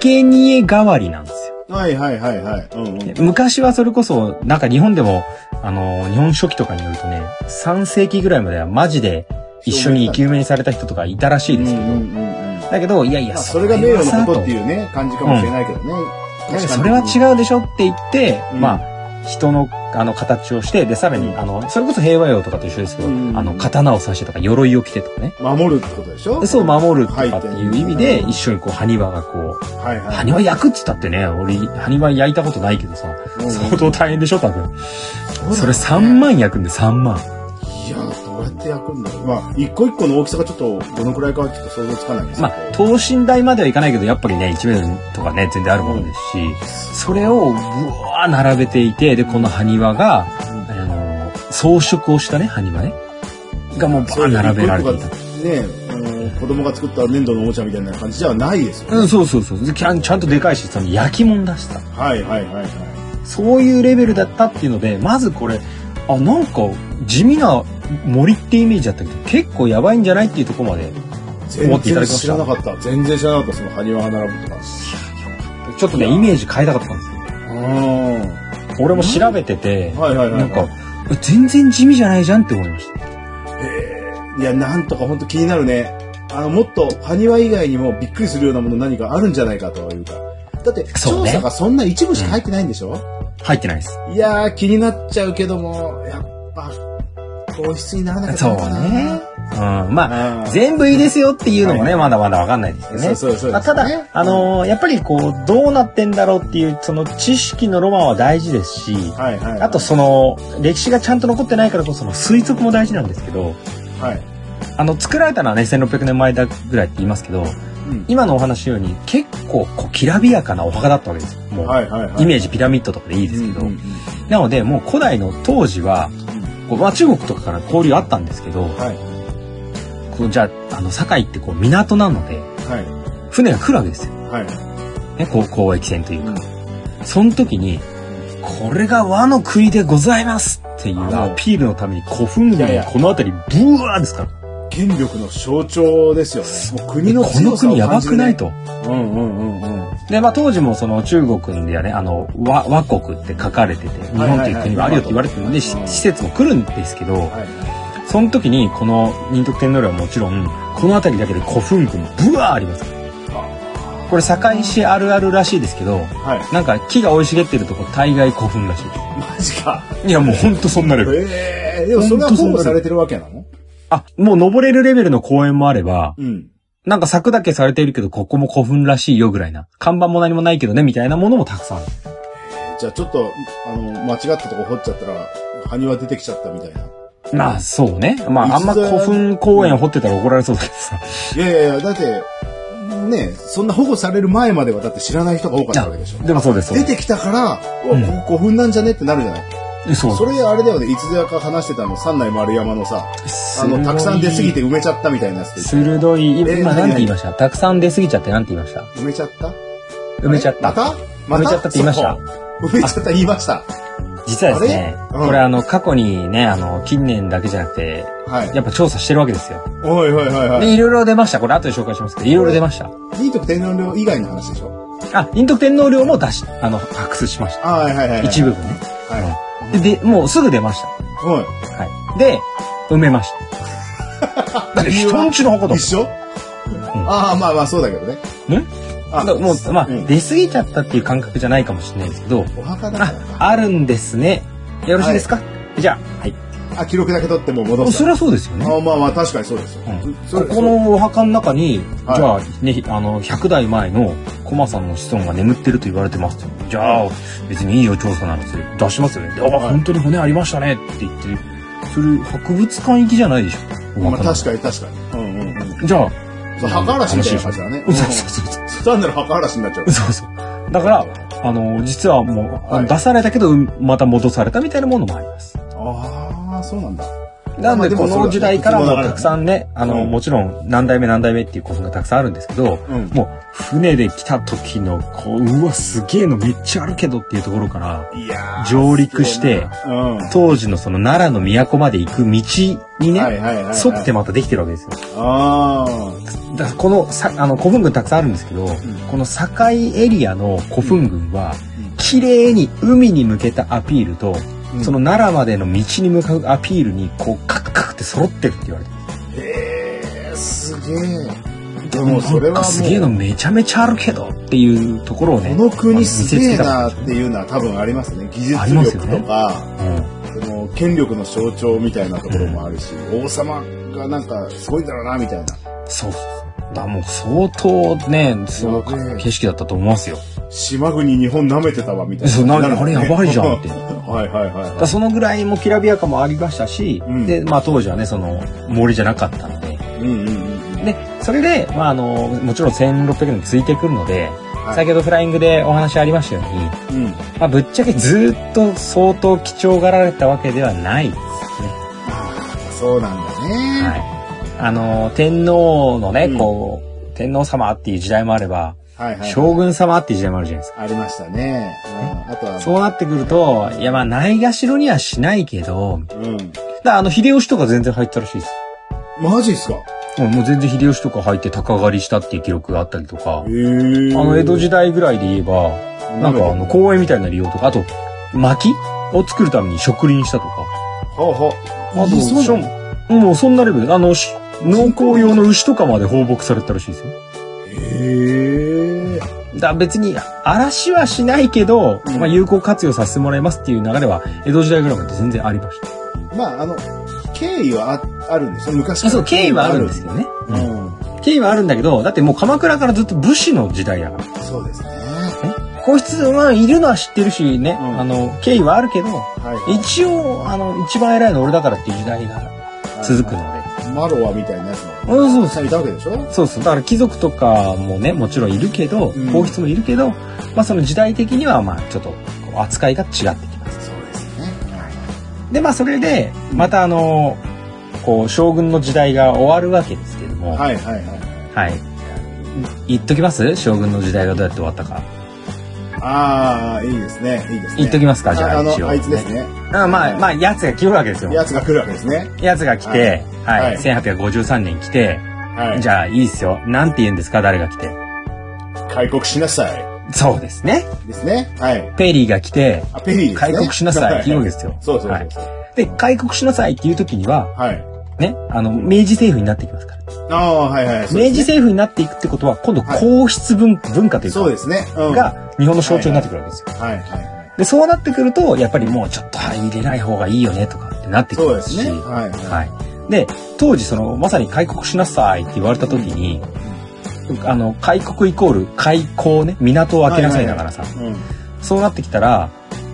B: 生贄代わりなんですよ。
A: はいはいはいはい。うんうん。
B: 昔はそれこそ、なんか日本でも、あの、日本書紀とかによるとね、3世紀ぐらいまではマジで一緒に生き埋めにされた人とかいたらしいですけど、
A: うんうんうんうん
B: だけど、いやいや、
A: まあ、それが名誉
B: さ
A: のこと
B: と
A: っていうね、感じかもしれないけどね。
B: いやいやそれは
A: う。
B: 違うでしょって言って、
A: うん
B: まあ、人の、あの、形をして、で、さらに、
A: うん
B: あの、それこそ平和用とかと一緒ですけど、
A: うん
B: あの、刀を刺してとか、鎧を着てとかね。
A: 守るってことでしょ
B: でそう、守るとか
A: 入
B: っていう意味で、一緒にこう、埴輪がこう、
A: はいはい。
B: 埴輪焼くっつったってね、俺、埴輪焼いたことないけどさ、
A: うん
B: 相当大変でしょ、多分。
A: うだね
B: それ3万焼くんで3万。
A: いやー、どうやって焼くんだろう。まあ、一個一個の大きさがちょっと、どのくらいかはちょっと想像つかないんですけ
B: ま
A: ど。
B: あ、等身大まではいかないけど、やっぱりね、1メートルとかね、全然あるものですし、それを、うわー並べていて、で、この埴輪が、あの、装飾をしたね、埴輪ね。がもうバーン並べられていた。
A: ねあの子供が作った粘土のおもちゃみたいな感じじゃないですよ、ね
B: うん、そうそうそう。でちゃんちゃんとでかいし、その焼き物出した。
A: はいはいはいは
B: そういうレベルだったっていうので、まずこれ、あ、なんか、地味な森ってイメージだったけど、結構やばいんじゃないっていうところまで、
A: い。
B: 思
A: 全
B: ってい
A: 然
B: ただきました
A: 知らなかった。全然知らなかった、その埴輪が並ぶとか。
B: ちょっとね、イメージ変えたかったんですよ。
A: うん。
B: 俺も調べてて、
A: はいはいはいはい。
B: なんか、全然地味じゃないじゃんって思いました。
A: えーいや、なんとか本当気になるね。あの、もっと、埴輪以外にもびっくりするようなもの何かあるんじゃないかというか。だって、
B: そう
A: 調
B: ね
A: 査がそんな一部しか入ってないんでしょ、
B: 入ってないです。
A: いやー、気になっちゃうけども、やっぱ、く温室にならなかった
B: そう
A: のかな
B: ね。うん。まあ、
A: あー
B: 全部いいですよっていうのも
A: はい
B: ね、まだまだわかんないですよ
A: そう
B: ね。
A: そうそう
B: まあ、ただ、あのーやっぱりこう、どうなってんだろうっていう、その知識のロマンは大事ですし、
A: はいはい
B: あとその、歴史がちゃんと残ってないからこその推測も大事なんですけど、
A: はい
B: あの、作られたのはね、1600年前だぐらいって言いますけど、
A: うん
B: 今のお話のように、結構、こう、きらびやかなお墓だったわけですよ。もう、
A: はいはいはい
B: イメージピラミッドとかでいいですけど、
A: うんうん
B: なので、もう古代の当時は、
A: うん
B: こうまあ、中国とかから交流あったんですけど、
A: はい
B: こうじゃあ、あの、堺ってこう港なので、
A: はい
B: 船が来るわけですよ。
A: はい
B: ね、こう交易船というか。
A: うん
B: その時に、これが和の国でございますっていうアピールのために古墳
A: いやい
B: 群
A: や
B: がこの辺りブワーですから。
A: 権力の象徴ですよねもう国の
B: こ
A: 強
B: の
A: さを
B: 国や
A: 感
B: ば
A: じ
B: く
A: る
B: ないと。
A: うんうんうんうん
B: で、まあ当時もその中国ではね、あの、和、和国って書かれてて、日本という国はあるよって言われてるんで、し施設も来るんですけど、
A: はい
B: その時にこの仁徳天皇陵はもちろん、この辺りだけで古墳群ブワーありますから。これ堺市あるあるらしいですけど、
A: はい
B: なんか木が生い茂ってるとこ大概古墳らしいです。
A: マジか
B: いやもうほんとそんなレベル。
A: ええでもそれは保護されてるわけなの
B: あ、もう登れるレベルの公園もあれば、
A: うん
B: なんか柵だけされているけど、ここも古墳らしいよぐらいな。看板も何もないけどね、みたいなものもたくさんある。
A: じゃあちょっとあの間違ったとこ掘っちゃったら埴輪出てきちゃったみたいな
B: まあ、そうね。まあ、あんま古墳公園掘ってたら怒られそうだけどさ。
A: いやいやいやだってねそんな保護される前まではだって知らない人が多かったわけでしょ
B: でもそうです、そう
A: 出
B: で
A: てきたから、う
B: うん
A: わここ古墳なんじゃねってなるじゃない。
B: す。そう
A: それあれだよね、いつだか話してたあの、三内丸山のさ、あの、たくさん出すぎて。埋めちゃったみたいなやつで
B: 鋭い。今、
A: えー
B: 今
A: 何
B: なんて言いましたたくさん出すぎちゃってなんて言いました
A: 埋めちゃった
B: 埋めちゃった。
A: またまた
B: 埋めちゃったって言いました
A: そう埋めちゃった言いました。
B: 実はですね、
A: あれうん
B: これあの、過去にね、あの、近年だけじゃなくて、
A: はい。
B: やっぱ調査してるわけですよ。
A: おいおいおいおい。
B: で、いろいろ出ました。これ後で紹介しますけど、いろいろ出ました。
A: 仁徳天皇陵以外の話でしょ
B: あ、陰徳天皇陵も出し、あの、発掘しました。
A: あはいはいはいはい。
B: 一部分ね。
A: はい。
B: で、でもうすぐ出まし
A: おい。
B: た。はい。で、埋めました。だって人んちの墓だもん
A: 一緒ああ、まあまあそうだけどね。
B: ね
A: あ
B: だからもう、まあ、
A: うん
B: 出過ぎちゃったっていう感覚じゃないかもしれないですけど、
A: お墓だから
B: あ、
A: か。
B: あるんですね。よろしいですか、じゃあ、はい。
A: あ、記録だけ取ってもう戻
B: お
A: す
B: そ。りゃそうですよね。
A: あまあまあ確かにそうですよ。
B: うん
A: そ
B: こ
A: れ
B: このお墓の中に、
A: はい
B: じゃあ、ね、あの、100代前の駒さんの子孫が眠ってると言われてますと。じゃあ、別にいいよ、調査なんですよ。出しますよね。であ、
A: はい
B: 本当に骨ありましたねって言ってる。それ、博物館行きじゃないでしょ。
A: まあ確
B: か
A: かに確かに。うんうんうん。
B: に。じゃあ、
A: そう墓荒らしみたいな感じだね。
B: そうそうそう
A: うん単なる墓荒らしになっちゃう
B: そう。。そうそう。だから、あの、実はもう、あ
A: は
B: の
A: い
B: 出されたけど、また戻されたみたいなものもあります。
A: ああ、そうなんだ。
B: なの
A: まあ
B: で、
A: でも
B: この時代から
A: そう
B: も
A: だ
B: う
A: ね
B: たくさんね、あの、
A: うん
B: もちろん何代目何代目っていう古墳がたくさんあるんですけど、
A: うん。
B: もう船で来た時のこううわすげえのめっちゃあるけどっていうところから
A: いやー
B: 上陸して
A: すげえなうん。
B: 当時のその奈良の都まで行く道にね、
A: はいはいはい、はい。
B: 沿ってまたできてるわけですよ。
A: ああ。
B: だからこのさあの古墳群たくさんあるんですけど、この境エリアの古墳群は
A: うん
B: 綺麗に海に向けたアピールと、
A: うん
B: その奈良までの道に向かうアピールにこうカクカクって揃ってるって言われてる
A: へえ、すげえ。でもそれは
B: な
A: も
B: んかすげえの
A: う、
B: めちゃめちゃあるけどっていうところをね
A: この国すげえ
B: あの
A: な
B: 見
A: っ
B: せつけた
A: ていうのは多分ありますね。技
B: あ
A: 術
B: りますよ
A: 力
B: ね
A: とか、
B: うん
A: その権力の象徴みたいなところもあるし、王様がなんかすごいんだろうな、みたいな。
B: そうそうそう。だからもう相当ね、すご
A: やべえ
B: く景色だったと思いますよ。
A: 島国日本舐めてたわ、みたいな。
B: そう、なん
A: る
B: か
A: ほ
B: あ
A: ど
B: れ
A: ね
B: やばいじゃんって。
A: はい
B: だか
A: はいはい
B: ら
A: は
B: そのぐらいもきらびやかもありましたし、
A: うん
B: で、まあ当時はね、その森じゃなかったので。
A: い。うんうんうんうん。
B: で、それで、まああの、もちろん1600年ついてくるので、
A: はい
B: 先ほどフライングでお話ありましたように、
A: うん。
B: まあぶっちゃけずっと相当貴重がられたわけではないですね。
A: ああ、そうなんだね。
B: はい。あの、天皇のね、
A: うん
B: こう、天皇様っていう時代もあれば、
A: はいはいはい。
B: 将軍様っていう時代もあるじゃないですか
A: ありましたね。うん、あとは、
B: そうなってくると、いやまあないがしろにはしないけど、
A: うん。
B: だからあの秀吉とか全然入ったらしいです。
A: マジっすか
B: うんもう全然秀吉とか入って鷹狩りしたっていう記録があったりとか
A: へ、え。
B: あの江戸時代ぐらいで言えば、
A: 代
B: なんかあの公園みたいな利用とか、あと薪を作るために植林したとか、
A: ほうほう。
B: あ
A: あ
B: と
A: と、そう
B: しょもうそんなレベルで、あの、し農耕用の牛とかまで放牧されたらしいですよ。
A: へえ。
B: だから別に嵐はしないけど、
A: うん
B: まあ有効活用させてもらいますっていう流れは江戸時代ぐらいまで全然ありました。
A: まあ、あの、経緯はああるんですよ。昔から。
B: あそう、経緯はあるんですけどね。
A: 経緯はある。うん。
B: 経緯はあるんだけど、だってもう鎌倉からずっと武士の時代やから。
A: そうですね。
B: 皇室はいるのは知ってるしね、
A: うん
B: あの、経緯はあるけど、
A: はい。
B: 一応、あの、一番偉いのは俺だからっていう時代が続くので。
A: マロワみたいなやつ
B: あ
A: も。
B: そう
A: されたわけでしょ
B: そうそう。だから貴族とかもね、もちろんいるけど
A: うん、
B: 皇室もいるけど、まあその時代的には、まあちょっとこう扱いが違ってきます。
A: そうですね。
B: で、まあそれで、またあの、こう、将軍の時代が終わるわけですけども、
A: はいはいはい。
B: はい。言っときます将軍の時代がどうやって終わったか。
A: ああ、いいですね。いいですね。
B: 言っときますか、じゃ
A: あ
B: あ
A: あ
B: 一応、
A: の、あいつです。ね。
B: あまあ、まあ、やつが来るわけですよ。
A: やつが来るわけですね。
B: やつが来て、は
A: は
B: い、
A: い
B: 1853年来て、
A: はい。
B: じゃあいいっすよ。なんて言うんですか誰が来て。
A: 開国しなさい。
B: そうですね。
A: ですね。はい。
B: ペリーが来て、
A: あ、ペリーですね。
B: 開国しなさいって言うわけ
A: で
B: ですよ。
A: そうそう
B: は
A: そう
B: い。
A: そう。
B: で、開国しなさいっていう時には、
A: はい。
B: ね、あの、明治政府になっていきますから。
A: ああ、はいはい。そう
B: 明治政府になっていくってことは、今度
A: はい
B: 皇室文,、文化というか、
A: そうですね。うん。はい
B: が日本の象徴になってくるわけですよ。
A: はいはい。
B: で、そうなってくると、やっぱりもうちょっと入れない方がいいよねとかってなってき
A: そう
B: ま
A: ですす
B: し、
A: ね。はいは
B: はい。で、当時その、まさに開国しなさいって言われた時に、あの、開国イコール開港ね、港を開けなさいだからさ、
A: い。うん。
B: そうなってきたら、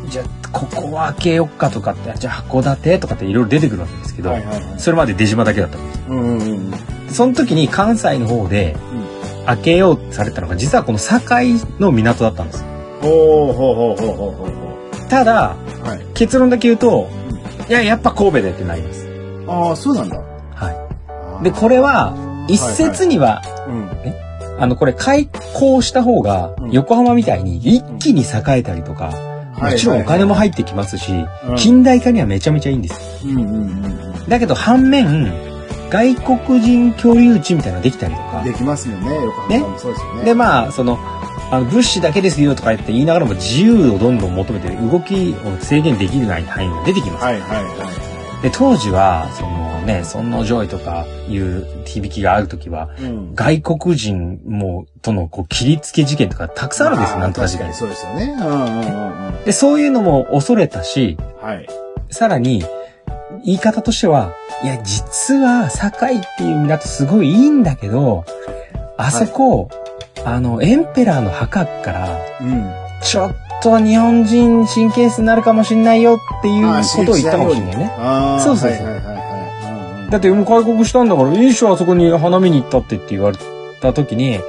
B: じゃあ、ここは開けよっかとかって、じゃあ函館とかっていろいろ出てくるわけですけど、
A: はいはいはい。
B: それまで出島だけだった
A: うん
B: の
A: うんうん。
B: その時に関西の方で開けようとされたのが、実はこの堺の港だったんですよ。
A: ほうほうほうほうほうほうほ
B: ただ、
A: う。はい。
B: 結論だけ言うと
A: うん、
B: いや、やっぱ神戸でってなります。
A: ああ、そうなんだ。
B: は
A: あー
B: い。で、これは、一説に
A: は
B: は
A: いはい
B: あの、これ開港した方が
A: うん、
B: 横浜みたいに一気に栄えたりとか、
A: うん。
B: もちろんお金も
A: っ
B: 入ってきますし、
A: うん
B: 近代化にはめちゃめちゃいいんです。
A: て。うんうんうんうん。
B: だけど反面、外国人居留地みたいなのができたりとか
A: で、きますもんね。横浜もそうですよね。
B: で、まあ、その、あの物資だけですよとか言って言いながらも自由をどんどん求めて動きを制限できない範囲が出てきます。
A: はいはいは
B: で、当時は、そのね、尊王攘夷とかいう響きがある時は、
A: い。うん。
B: 外国人も、との、こう、切りつけ事件とかたくさんあるんですよ、なんとか事
A: あー確
B: 件。
A: そうですよね。うんうんうんうん。
B: で、そういうのも恐れたし、
A: はい。
B: さらに、言い方としては、いや、実は、堺っていう港すごいいいんだけど、あそこ、あの、エンペラーの墓から、
A: うん。
B: ちょっと日本人神経質になるかもしんないよっていうことを言ったかもしんないね。
A: ああ、
B: そうそうそう
A: はいはいはいはい。うんうん
B: だってもう開国したんだから、いいっしょ、あそこに花見に行ったってって言われた時に、
A: うん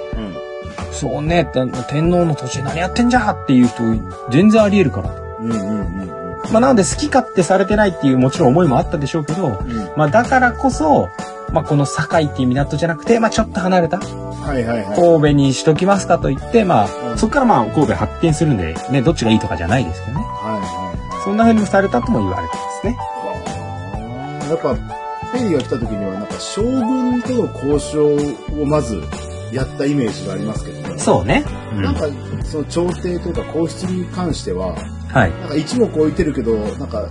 B: そうね、あの天皇の途中何やってんじゃっていう人、全然あり得るから。
A: うんうんうん
B: まあ、なので好き勝手されてないっていうもちろん思いもあったでしょうけど、
A: うん。うん
B: まあ、だからこそ、まあ、この堺っていう港じゃなくて、まあ、ちょっと離れた
A: はいはいはい。
B: 神戸にしときますかと言って、ま
A: うん
B: あ、そこからまあ神戸発展するんで、ね、どっちがいいとかじゃないですけどね。
A: はいはいはい
B: そんな風にされたとも言われてますね。
A: あー。やっぱ、ペリーが来た時には、なんか将軍との交渉をまずやったイメージがありますけどね。
B: そうね。う
A: なん
B: ん。
A: か、その朝廷とか皇室に関しては、
B: はい。
A: なんか一目置いてるけど、なんか、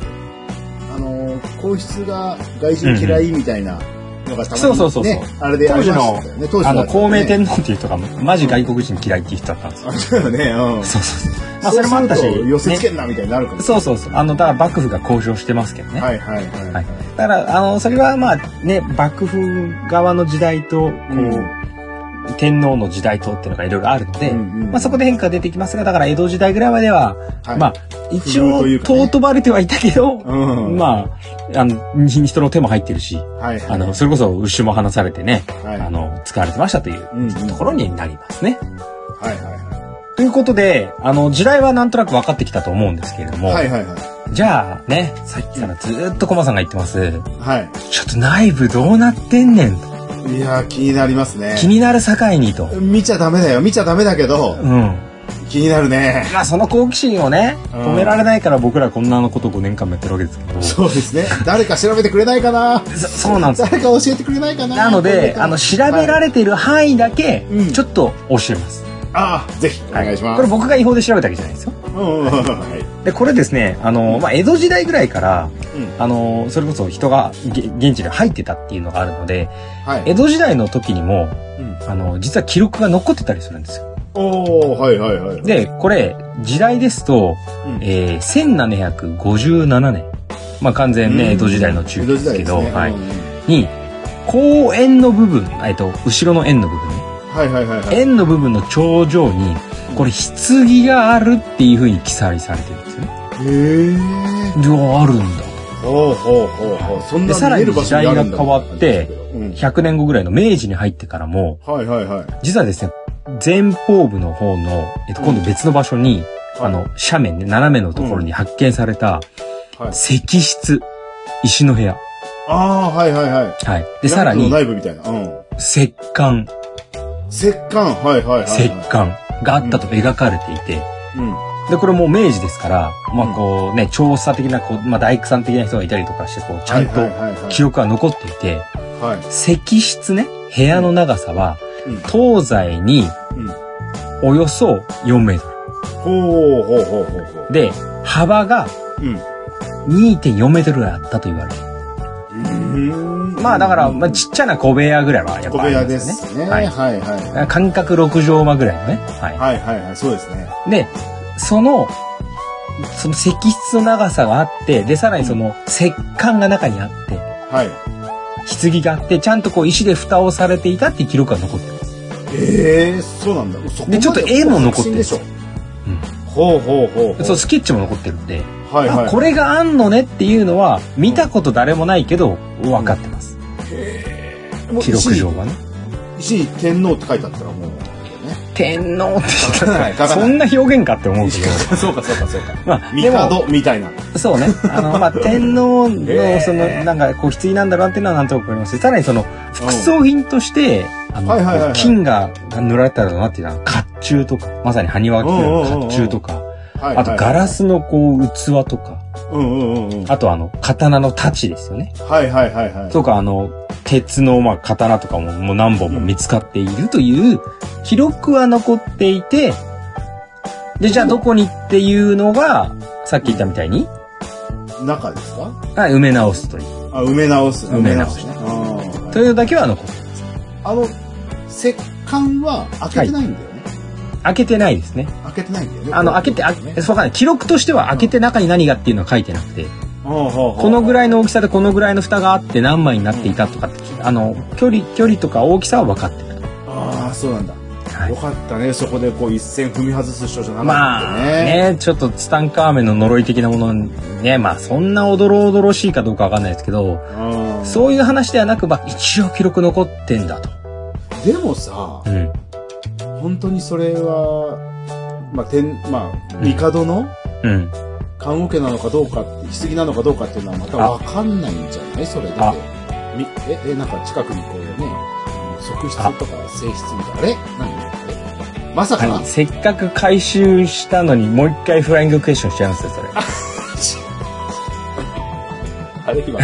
A: あのー皇室が外人嫌いみたいなのがたまに、ね
B: そうそうそうそう
A: あれでありましたよね。当
B: あの、
A: 公
B: 孔明
A: 天
B: 天皇っていう人が、マジ外国人嫌いっていう人だったんですよ。
A: あ、そうよね。うん。
B: そうそうそう。まあ、それもあったし、
A: そうすると寄せ
B: ね
A: つけんなみたいになるかも、
B: そうそうそう。あの、だから幕府が交渉してますけどね。
A: はいはいはい。
B: はいだから、あの、それはまあね、幕府側の時代と、こう、天皇の時代とっていうのがいろいろあるので、まあ、そこで変化が出てきますが、だから江戸時代ぐらいまでは、
A: はい
B: まあ、一
A: 不良
B: 応
A: という、かね
B: 尊ばれてはいたけど、
A: うん
B: まあ、あの、人人の手も入ってるし、
A: はいはい。
B: あの、それこそ牛も放されてね、
A: はい、
B: あの、使われてましたという
A: うんうん
B: ところになりますね。
A: はいは
B: ということで、あの、時代はなんとなく分かってきたと思うんですけれども、
A: いはい。はいはいはい。
B: じゃあね、さっきからずーっとコマさんが言ってます、
A: は
B: ちょっと内部どうなってんねんと。
A: い。いやー、気になりますね。
B: 気になる境にと。
A: 見ちゃダメだよ。見ちゃダメだけど、
B: うん。
A: 気になるね。
B: まあその好奇心をね、
A: うん
B: 止められないから僕らこんなこと5年間もやってるわけですけど。そ
A: そうですね。誰か調べてくれないかな
B: そうなんですよ。
A: 誰か教えてくれないかな
B: なので、あの、調べら
A: れ、
B: れてる範囲だけ
A: う、ん
B: ちょっと教えます。
A: ああ、ぜひ、お
B: は
A: 願いしま
B: これ
A: す。
B: 僕が違法で調べたわけじゃないですよ。
A: うんうんうんはい。
B: で、これですね、あの、まあ、江戸時代ぐらいから、
A: うん
B: あの、それこそ人がげ現地で入ってたっていうのがあるので、
A: はい。
B: 江戸時代の時にも、
A: うん
B: あの、実は記録が残ってたりするんですよ。
A: おー、はいはいはい。
B: で、これ、時代ですと、
A: うん
B: えー1757年。まあ完全
A: うん
B: ね、江戸時代の中期ですけど、
A: 江戸時
B: は
A: 代
B: い
A: で。すね
B: に、後円の部分、えっと、後ろの円の部分ね。
A: うんはいはいはいはい。
B: 円の部分の頂上に、これ、棺があるっていうふうに記載されてるんですよね。
A: へえ。
B: じゃあ、あるんだ。
A: ほうほうほうほう。そん
B: で
A: な
B: さらに
A: 見える場所にあるんだ
B: 時代が変わって
A: うん
B: 100年後ぐらいの明治に入ってからも、
A: はいはいはい。
B: 実はですね、前方部の方の、えっと、今度別の場所に、あの、斜面ね、斜めのところに発見された、
A: はい
B: 石室、石の部屋。
A: ああ、はいはいはい。
B: はい。で、さら
A: ラン
B: に
A: プの、内部みたいな。うん。
B: 石棺、
A: 石棺、はいはいはいはい。
B: 石棺があったと描かれていて、
A: うん。
B: で、これもう明治ですから、まあこうね、調査的な、こう、まあ大工さん的な人がいたりとかして、こう、ちゃ
A: は
B: ん
A: い
B: と
A: はいはいはい
B: 記憶が残っていて、
A: はい。
B: 石室ね、部屋の長さは、
A: うん
B: 東西に
A: うん
B: およそ4メート
A: ほうほうほうほうほう
B: ル。。で、幅が
A: うん。
B: 2.4メートルぐらいあったと言われてる。まあだから、まあちっちゃな小部屋ぐらいはやっ
A: 小部
B: ぱあり
A: 屋
B: ま
A: です
B: よね。
A: すね。
B: は
A: はいいはいは
B: 間隔6畳間ぐらいのね。はい
A: い。。はいはいはい、そうですね。
B: で、その、その石室の長さがあって、で、さらにその石棺が中にあって、
A: はい。
B: 棺があって、ちゃんとこう石で蓋をされていたっていう記録が残ってます。
A: ええそうなんだ。そこま
B: でちょっと絵も残ってる
A: でしょ。
B: うん
A: ほうほうほうほう。
B: そう、スケッチも残ってるんで、
A: はいはい。
B: あこれがあんのねっていうのは、見たこと誰もないけど、分かってます。
A: もう
B: 記録上はね。
A: 石井天皇って書いてあったらもう、ね。
B: 天皇って言った
A: 書かない書
B: ら、
A: か
B: そ
A: ない
B: んな表現かって思うけど。
A: そうかそうかそうか。
B: まあ、でも、
A: 帝みたいな。
B: そうね。あの、まあ、天皇の、その、
A: えー
B: なんか、こう、棺なんだなっていうのはなんとなくわかりますし、さらにその、副葬品として、あの、
A: はいはいはいはい
B: 金が塗られたらなっていうのは、甲冑とか、まさに埴輪が着てる甲冑とか、
A: はいはい。
B: あとガラスのこう、器とか、
A: うんうんうんうん。
B: あとあの、刀の太刀ですよね。
A: はいはいはいはい。
B: とか、あの、鉄の、まあ、刀とかも、もう何本も見つかっているという、記録は残っていて、で、じゃあどこにっていうのが、さっき言ったみたいに、
A: 中ですか
B: あ埋め直すという。
A: あ、埋め直す。
B: 埋め直す
A: ね。
B: というのだけは残って
A: ああの、石棺は開けてないんだよね。
B: 開けてないですね。
A: 開けてないんだよね。
B: あの、開けて、あ、
A: ね
B: そうかね。記録としては開けて中に何がっていうのは書いてなくて、こ
A: こ
B: のぐらいの大きさでこのぐらいの蓋があって何枚になっていたとかって、あの、距離、距離とか大きさは分かってる。
A: ああそうなんだ、
B: はい
A: よかったねそこでこう一線踏み外す人じゃなか
B: ま
A: っ
B: あ
A: たね,、
B: ね、ちょっとツタンカーメンの呪い的なものにね、まあそんなおどろおどろしいかどうかわかんないですけど、
A: まあ
B: そういう話ではなく、まあ一応記録残ってんだと。
A: でもさ
B: うん。
A: 本当にそれはまあ天まあ
B: うん
A: 帝の
B: うん。
A: 棺桶なのかどうか棺なのかどうかっていうのはまたわかんないんじゃないそれだ
B: あ
A: ってみええなんか近くにこうねあの側室とか正室みたいなあれ何えまさか、
B: はい。せっかく回収したのにもう一回フライングクエスチョンしちゃいますよ、それ。
A: あれ今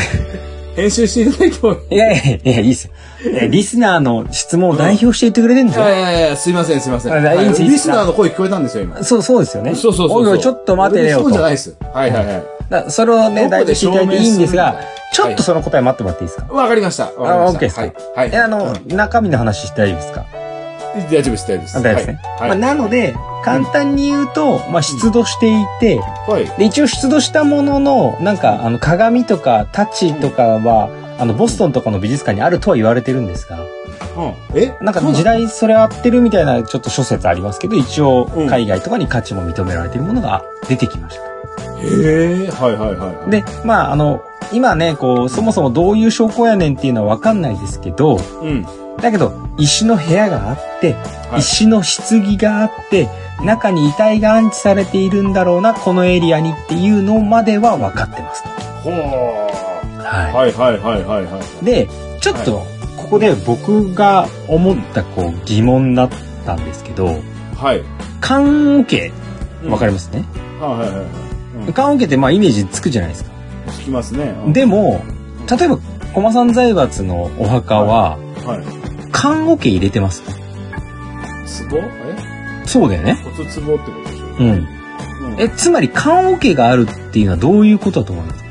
A: 編集していただいても
B: いやいやいや、いいっすよ。えリスナーの質問を代表して言ってくれてるんです
A: い
B: よ。
A: やいやいやすいませんすいません、
B: あいいんですいいんです
A: リスナーの声聞こえたんですよ今
B: そう、そうですよね。
A: そうそうそうそう。
B: おいおい、ちょっと待てよ
A: そう
B: と。
A: じゃない
B: だか
A: です。はいはいはい。
B: らそれをね、
A: どこ
B: 代表
A: で
B: していただいていいんです
A: 証明するん
B: が
A: だ、
B: ちょっとその答え待ってもらっていいですか
A: わかりました。わかりました。
B: あ OK ですか
A: はい。
B: え、
A: はい
B: あの、中身の話して大丈夫ですか
A: うん大丈夫です、大丈夫です。
B: 大丈夫ですね。
A: はい。
B: まあ、
A: はい
B: なので、簡単に言うと、まあ、出土していて、
A: はい。
B: で、一応出土したものの、なんか、あの、鏡とか、タッチとかは、あの、ボストンとかの美術館にあるとは言われてるんですが、
A: うんえ
B: なんか時代それ合ってるみたいな、ちょっと諸説ありますけど、一応
A: う、ん
B: 海外とかに価値も認められているものが出てきました。
A: そうなんへえ、はいはいはい。
B: で、まあ、あの、今ね、こう、そもそもどういう証拠やねんっていうのはわかんないですけど、
A: うん。
B: だけど、石の部屋があって、
A: はい
B: 石の棺があって、中に遺体が安置されているんだろうな、このエリアにっていうのまでは分かってますと。
A: ほー。
B: は
A: はいはいはいはいはい。
B: い。で、ちょっと、ここで僕が思ったこう疑問だったんですけど、
A: はい。
B: 棺桶、
A: うん
B: わかりますね。
A: はいはいはいはい。うん
B: 棺桶ってまあイメージつくじゃないですか。
A: 聞きますね。うん
B: でも、例えば、駒山財閥のお墓は、
A: はい。
B: 棺桶入れてます。
A: 壺え
B: そうだよね。
A: 骨壺ってことでしょ
B: う
A: うん
B: ん。
A: え
B: え、つまり棺桶があるっていうのはどういうことだと思います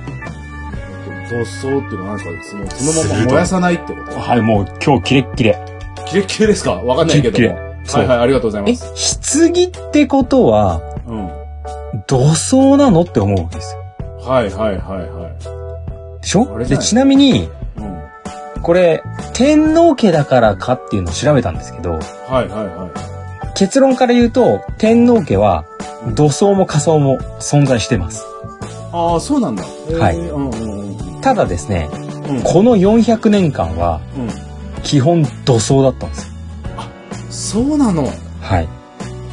A: 土葬っていうのは何ですかそのそのまま燃やさないってこと
B: はい、もう今日キレッキレ。
A: キレッキレですかわかんないけど
B: キレッ
A: も。
B: キ
A: はいはい、ありがとうございま
B: え、
A: す。
B: 棺ってことは、
A: うん。は
B: 土葬なのって思うわけですよ。
A: いはいはいはいはい。
B: でしょ
A: あれじゃ
B: で、
A: ない
B: ちなみに、
A: うん。
B: これ、天皇家だからかっていうのを調べたんですけど、
A: はいはいは
B: 結論から言うと、天皇家は、土葬も仮葬も存在してます。
A: い。ああ、そうなんだ。
B: はい
A: えーうんうんうん。
B: ただですね、
A: うん、
B: この400年間は、
A: うん。
B: 基本土葬だったんですよ。
A: そうなの。
B: はい。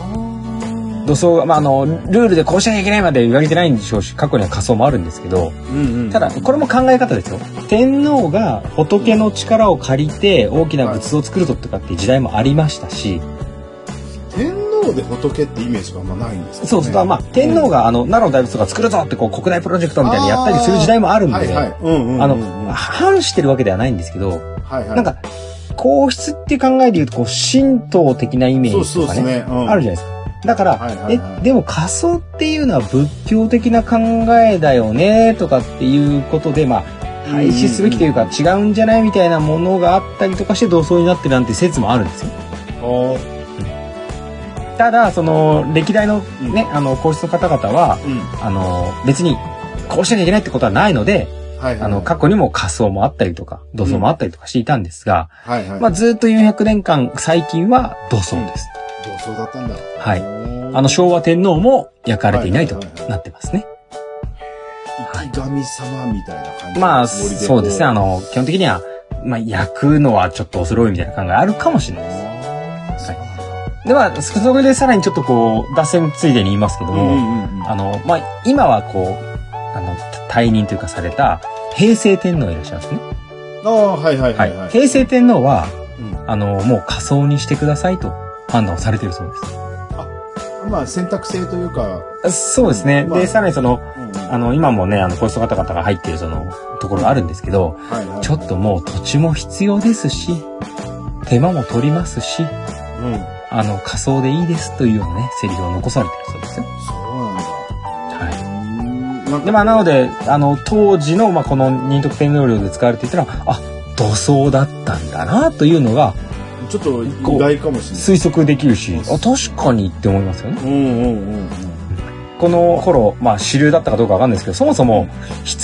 A: あ
B: 土葬が、まあ、あの、ルールでこうしなきゃいけないまで言われてないんでしょうし、過去には仮葬もあるんですけど、
A: あ。うんうん。
B: ただ、これも考え方ですよ。天皇が仏の力を借りて大きな仏像を作るととかっていう時代もありましたし、
A: 天皇で仏ってイメージがあんまないんですけどね
B: そうすると、まあ、天皇があの、奈良の大仏とか作るぞってこう、国内プロジェクトみたいにやったりする時代もあるん
A: はい
B: で、
A: はい。うんうんうんうん。
B: あの、反してるわけではないんですけど、
A: はいはい。
B: なんか、皇室っていう考えで言うと、こう、神道的なイメ
A: そ
B: ー
A: う
B: ジ
A: そう
B: と
A: で
B: か
A: す
B: ね、
A: ね。うん
B: あるじゃないですか。だから、
A: はいはいはい
B: え、でも仮想っていうのは仏教的な考えだよね、とかっていうことで、まあ、廃止すべきというか違うんじゃないみたいなものがあったりとかして同窓になってるなんて説もあるんですよ。
A: おー
B: ただ、その、歴代のね、あの、皇室の方々は、
A: うん。
B: あの、別に、こうしなきゃいけないってことはないので、
A: はいはい。
B: あの、過去にも仮想もあったりとか、土葬もあったりとかしていたんですが、
A: はいはい。
B: まあ、ずっと400年間、最近は土葬です。
A: 同窓だったんだ。
B: はい
A: い
B: あの、昭和天皇も焼かれていないと
A: はいはいはい
B: なってますね。
A: 生き神様みたいな感じ
B: まあ、
A: つもり
B: そうですね。あ
A: こ
B: の、基本的には、まあ、焼くのはちょっと恐ろいみたいな考えあるかもしれないです。
A: あーそうなんだ
B: では、それでさらにちょっとこう、脱線ついでに言いますけど
A: うんう
B: も、
A: んうんうん。
B: あの、まあ、今はこう、あの、退任というかされた、平成天皇いらっしゃいますね。
A: ああ、はいはい
B: は。
A: はいいはい。
B: 平成天皇は、
A: うん
B: あの、もう仮想にしてくださいと判断をされているそう
A: まあ、選択制というか、
B: です。そうですね。
A: まあ
B: で、さらにその、
A: うんうん
B: あの、今もね、あの、こういう方々が入っているその、ところがあるんですけど、
A: はいはい
B: ちょっともう土地も必要ですし、手間も取りますし、
A: うん。
B: あの、仮想でいいですというようなね、セリフを残されてるそうですよ。
A: そうなんだ。う
B: はい。
A: ーんなんか
B: で、まあ、なので、あの、当時の、まあ、この仁徳天皇陵で使われていたのは、あ、土葬だったんだな、というのが
A: ちょっと意外かもしれない。
B: 推測できるし、
A: うん
B: あ、確かにって思いますよね。
A: うんうんうんうん。
B: この頃、まあ、主流だったかどうかわかんないですけど、そもそも、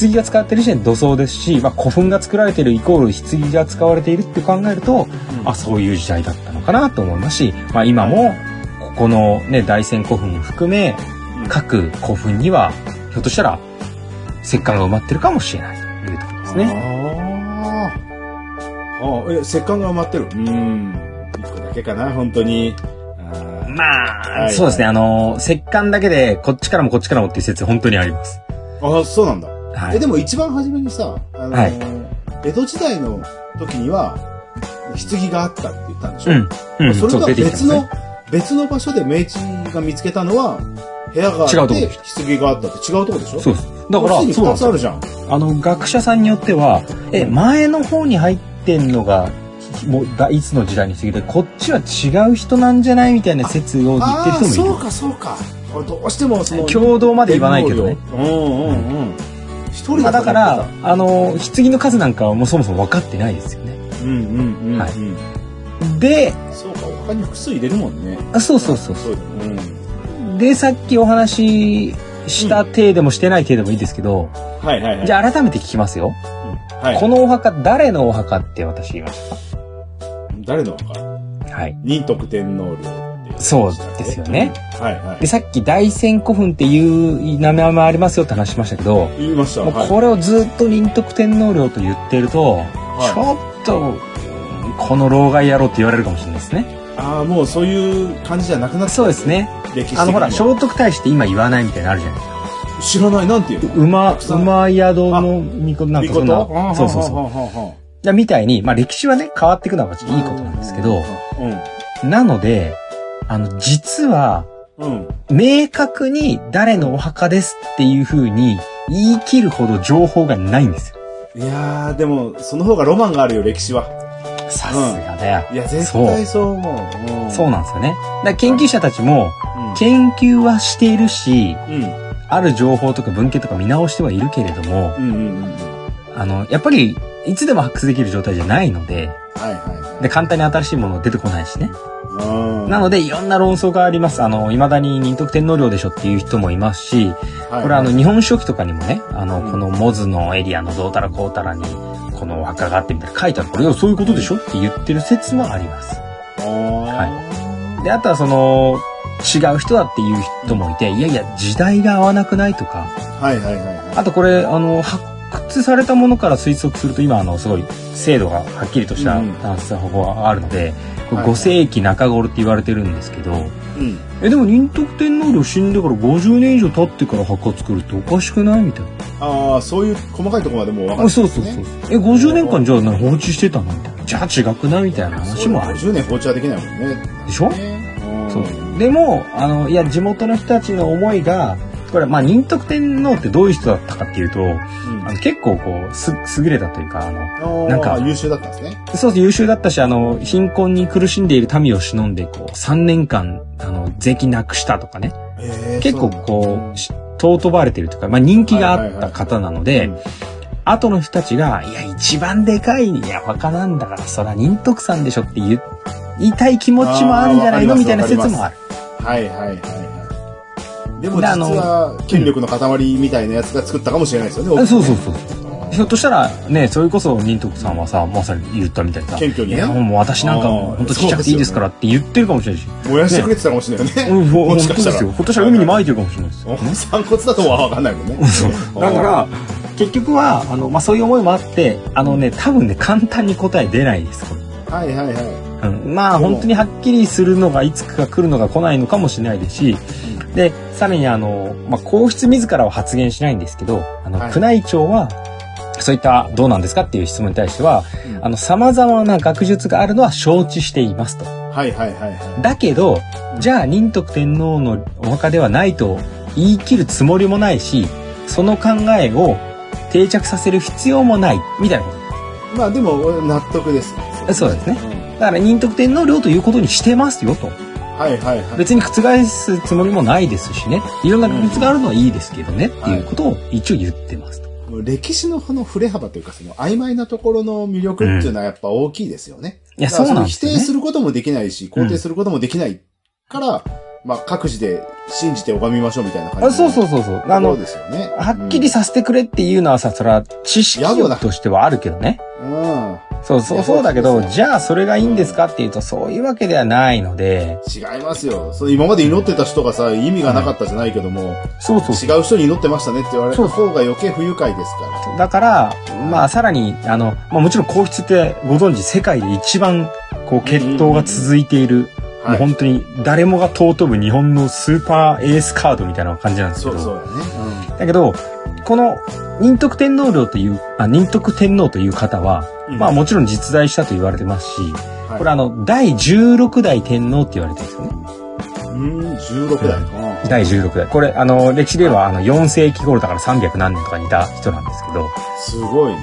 B: 棺が使われてる時点で土葬ですし、まあ、古墳が作られてるイコール棺が使われているって考えると、あ、そういう時代だったのかなと思いますし、まあ、今も、ここのね、大仙古墳を含め、
A: うん
B: 各古墳には、ひょっとしたら、石棺が埋まってるかもしれないというところですね。
A: あーあー。え、石棺が埋まってる。うん。一個だけかな、本当に。あ
B: まあ、
A: はい
B: そうですね。あの、石棺だけで、こっちからもこっちからもっていう説、本当にあります。
A: ーあー、そうなんだ。
B: は
A: え、
B: い。
A: でも一番初めにさ、あのー
B: は
A: 江戸時代の時には、棺があったって言ったんでしょ
B: うん。うん、
A: それとは
B: う出てきてま
A: 別
B: すね
A: の、別の場所で明治が見つけたのは、部屋があって、
B: 違うとこで
A: 棺があったって違うとこでしょ。
B: そううです。だから、
A: に
B: そうな
A: 2
B: んです
A: つあるじゃん。
B: あの、学者さんによっては、え、前の方に入ってんのが、もうだいつの時代に過ぎて、こっちは違う人なんじゃないみたいな説を言ってる
A: ああー、
B: 人
A: そ
B: も
A: うかそうか。これどうしてもそ
B: い
A: の、
B: る。共同まで言わないけどね。
A: うんうんうん。一人
B: まあ、だか
A: と
B: ら
A: 思っ、
B: あの、棺の数なんかはもうそもそも分かってないですよね。
A: てた、うんうんうん、
B: はい
A: うん。
B: で、
A: そうか、他に複数入れるもんね。
B: あそうそうそう
A: そうだね。うん
B: そう。で、さっきお話しした体でもしてない体でもいいですけど、
A: はいはいはい。
B: じゃあ改めて聞きますよ。
A: あ、はい、
B: このお墓、誰のお墓って私言いまし
A: 誰のか。
B: たはい。
A: 仁徳天皇陵っていう
B: そうですよね。
A: はいは
B: で、さっき大仙古墳っていう名前もありますよって話しましたけど、
A: い。言いました。
B: もう
A: はい
B: これをずっと仁徳天皇陵と言ってると、ち
A: はい、
B: ょっと、この老害野郎って言われるかもしれないですね。
A: ああ、もうそういう感じじゃなくなった。
B: そうですね。
A: 歴史的にも
B: あの、ほら、聖徳太子って今言わないみたいなのあるじゃないですか。
A: 知らない、なんていうの
B: 馬、
A: くさん
B: 馬宿の巫女なんかそ
A: いい
B: ん
A: こと
B: な、そうそうそう。
A: はあはあは
B: だみたいに、まあ歴史はね、変わっていくのは別
A: あ
B: にいいことなんですけど、
A: う
B: なので、あの、実は、
A: ん。うん。
B: 明確に誰のお墓ですっていう風に言い切るほど情報がないんですよ。
A: いやー、でも、その方がロマンがあるよ、歴史は。
B: さすがだよ。
A: いや、絶対そう思う。うん、
B: そうなんですよね。だから研究者たちも、
A: うん。
B: 研究はしているし、
A: うん。
B: ある情報とか文献とか見直してはいるけれども、
A: うんうんうん。
B: あの、やっぱり、いつでも発掘できる状態じゃないので、
A: はいはい。
B: で、簡単に新しいもの出てこないしね。
A: うん。
B: なの
A: で、
B: で、いろんな論争があります。あの、未だに仁徳天皇陵でしょっていう人もいますし、
A: はい。
B: これあの、日本書紀とかにもね、あの、このモズのエリアのどうたらこうたらに、このお墓があってみたいな書いてある。これでもそういうことでしょって言ってる説もあります。
A: は
B: で、あとはその、違う人だっていう人もいて、いやいや、時代が合わなくないとか、
A: い。はいはいはいはい。
B: あとこれ、あの、発掘されたものから推測すると、今、あの、すごい、精度がはっきりとした
A: うん
B: 探査方法があるので、これ
A: はい
B: 5世紀中頃って言われてるんですけど、
A: うん。
B: え、でも仁徳天皇陵死んでから50年以上経ってから墓作るっておかしくないみたいな。
A: ああ、そういう細かいところまでもう分か
B: あ
A: って
B: そ
A: る
B: うん
A: です
B: そう
A: ね
B: そう。え、50年間じゃあ放置してたのみたいな。じゃあ違くないみたいな話もある。
A: 50年放置はできないもんね。
B: でしょ
A: ね
B: そう。でも、あの、いや、地元の人たちの思いが、これ、まあ、仁徳天皇ってどういう人だったかっていうと、
A: うん
B: あの結構こう、す、優れたというか、あの、
A: あー
B: なんか
A: 優秀だったんですね。
B: そうそう優秀だったし、あの、貧困に苦しんでいる民を忍んで、こう、3年間、あの、税金なくしたとかね、
A: えー
B: 結構
A: そう
B: こう、し尊ばれてるというか、まあ、人気があ
A: はいは
B: っ
A: いは
B: た
A: い
B: 方なので、
A: うん
B: 後の人たちが、いや、一番でかい、いや、若なんだから、そら、仁徳さんでしょって言う言いたい気持ちもあるんじゃないの
A: あーわかります
B: みたいな説もある。
A: はいはいはいはい。でも実
B: であの
A: は権力の塊みたいなやつが作ったかもしれないですよね。
B: あそうそうそう。
A: あ
B: ひょっとしたら、ね、それこそ、仁徳さんはさ、まさに言ったみたいな。
A: 謙虚にね
B: いや、もう私なんかも
A: あー
B: う、本当ちっちゃくていいですからって言ってるかもしれないし。
A: ー燃やしてくれてたかもしれないよね。
B: うん、ほ
A: も
B: ん
A: しか
B: とで
A: したら
B: すよ。今年は海に撒いてるかもしれないですよ。
A: 散骨だとは分かんないもんね。
B: だから、結局は、あの、まあ、そういう思いもあって、あのね、多分ね、簡単に答え出ないです、これ。
A: はいはいは
B: うん、まあ
A: でも
B: 本当にはっきりするのがいつか来るのが来ないのかもしれないですし、でさらにあの、まあ、皇室自らは発言しないんですけどあの、
A: はい
B: 宮内庁はそういったどうなんですかっていう質問に対しては、
A: うん
B: あの様々な学術があるのは承知しています
A: い。
B: と。
A: はいはいはいは
B: だけどじゃあ仁徳天皇のお墓ではないと言い切るつもりもないしその考えを定着させる必要もないみたいなこと
A: い。まあでも納得です。
B: そうですね
A: ん
B: だから仁徳天皇陵ということにしてますよと。
A: はいはいはい。
B: 別に覆すつもりもないですしねいろんな技術があるのはいいですけどね、っていうことを一応言ってますと。
A: 歴史のこの振れ幅というか、その曖昧なところの魅力っていうのはやっぱ大きいですよね。
B: いや
A: だから
B: そうな
A: の
B: んで
A: 否
B: すよね
A: 定することもできないし、
B: うん
A: 肯定することもできないから、まあ各自で信じて拝みましょうみたいな感じの。
B: あそうそううそうそう。
A: あ
B: あ
A: の、
B: の、
A: ですよね。
B: はっきりさせてくれっていうのはさ、それは知識
A: 野暮だ
B: としてはあるけどね。
A: うん。うん。
B: そうそうそうだけ
A: そうそ
B: ど、
A: うそう
B: じゃあそれがいいんですかっていうと、そういうわけではないので。
A: 違いますよ。その今まで祈ってた人がさ、意味がなかったじゃないけども、
B: そうそう
A: 違う人に祈ってましたねって言われた方が余計不愉快ですか
B: だから、まあさらに、あの、まあもちろん皇室ってご存知、世界で一番、こう、血統が続いている、
A: ら。
B: もう本当に誰もが尊ぶ日本のスーパーエースカードみたいな感じなんですけ
A: そ
B: ど。
A: うそうだね。
B: だけど、この仁徳天皇陵という、あ仁徳天皇という方は、
A: うん
B: まあもちろん実在したと言われてますし、
A: はい
B: これあの、第16代天皇って言われてるんですよね。
A: うん、16代。うん
B: 第16代。これあの、歴史ではあの、4世紀頃だから300何年とかにいた人なんですけど、
A: すごいね。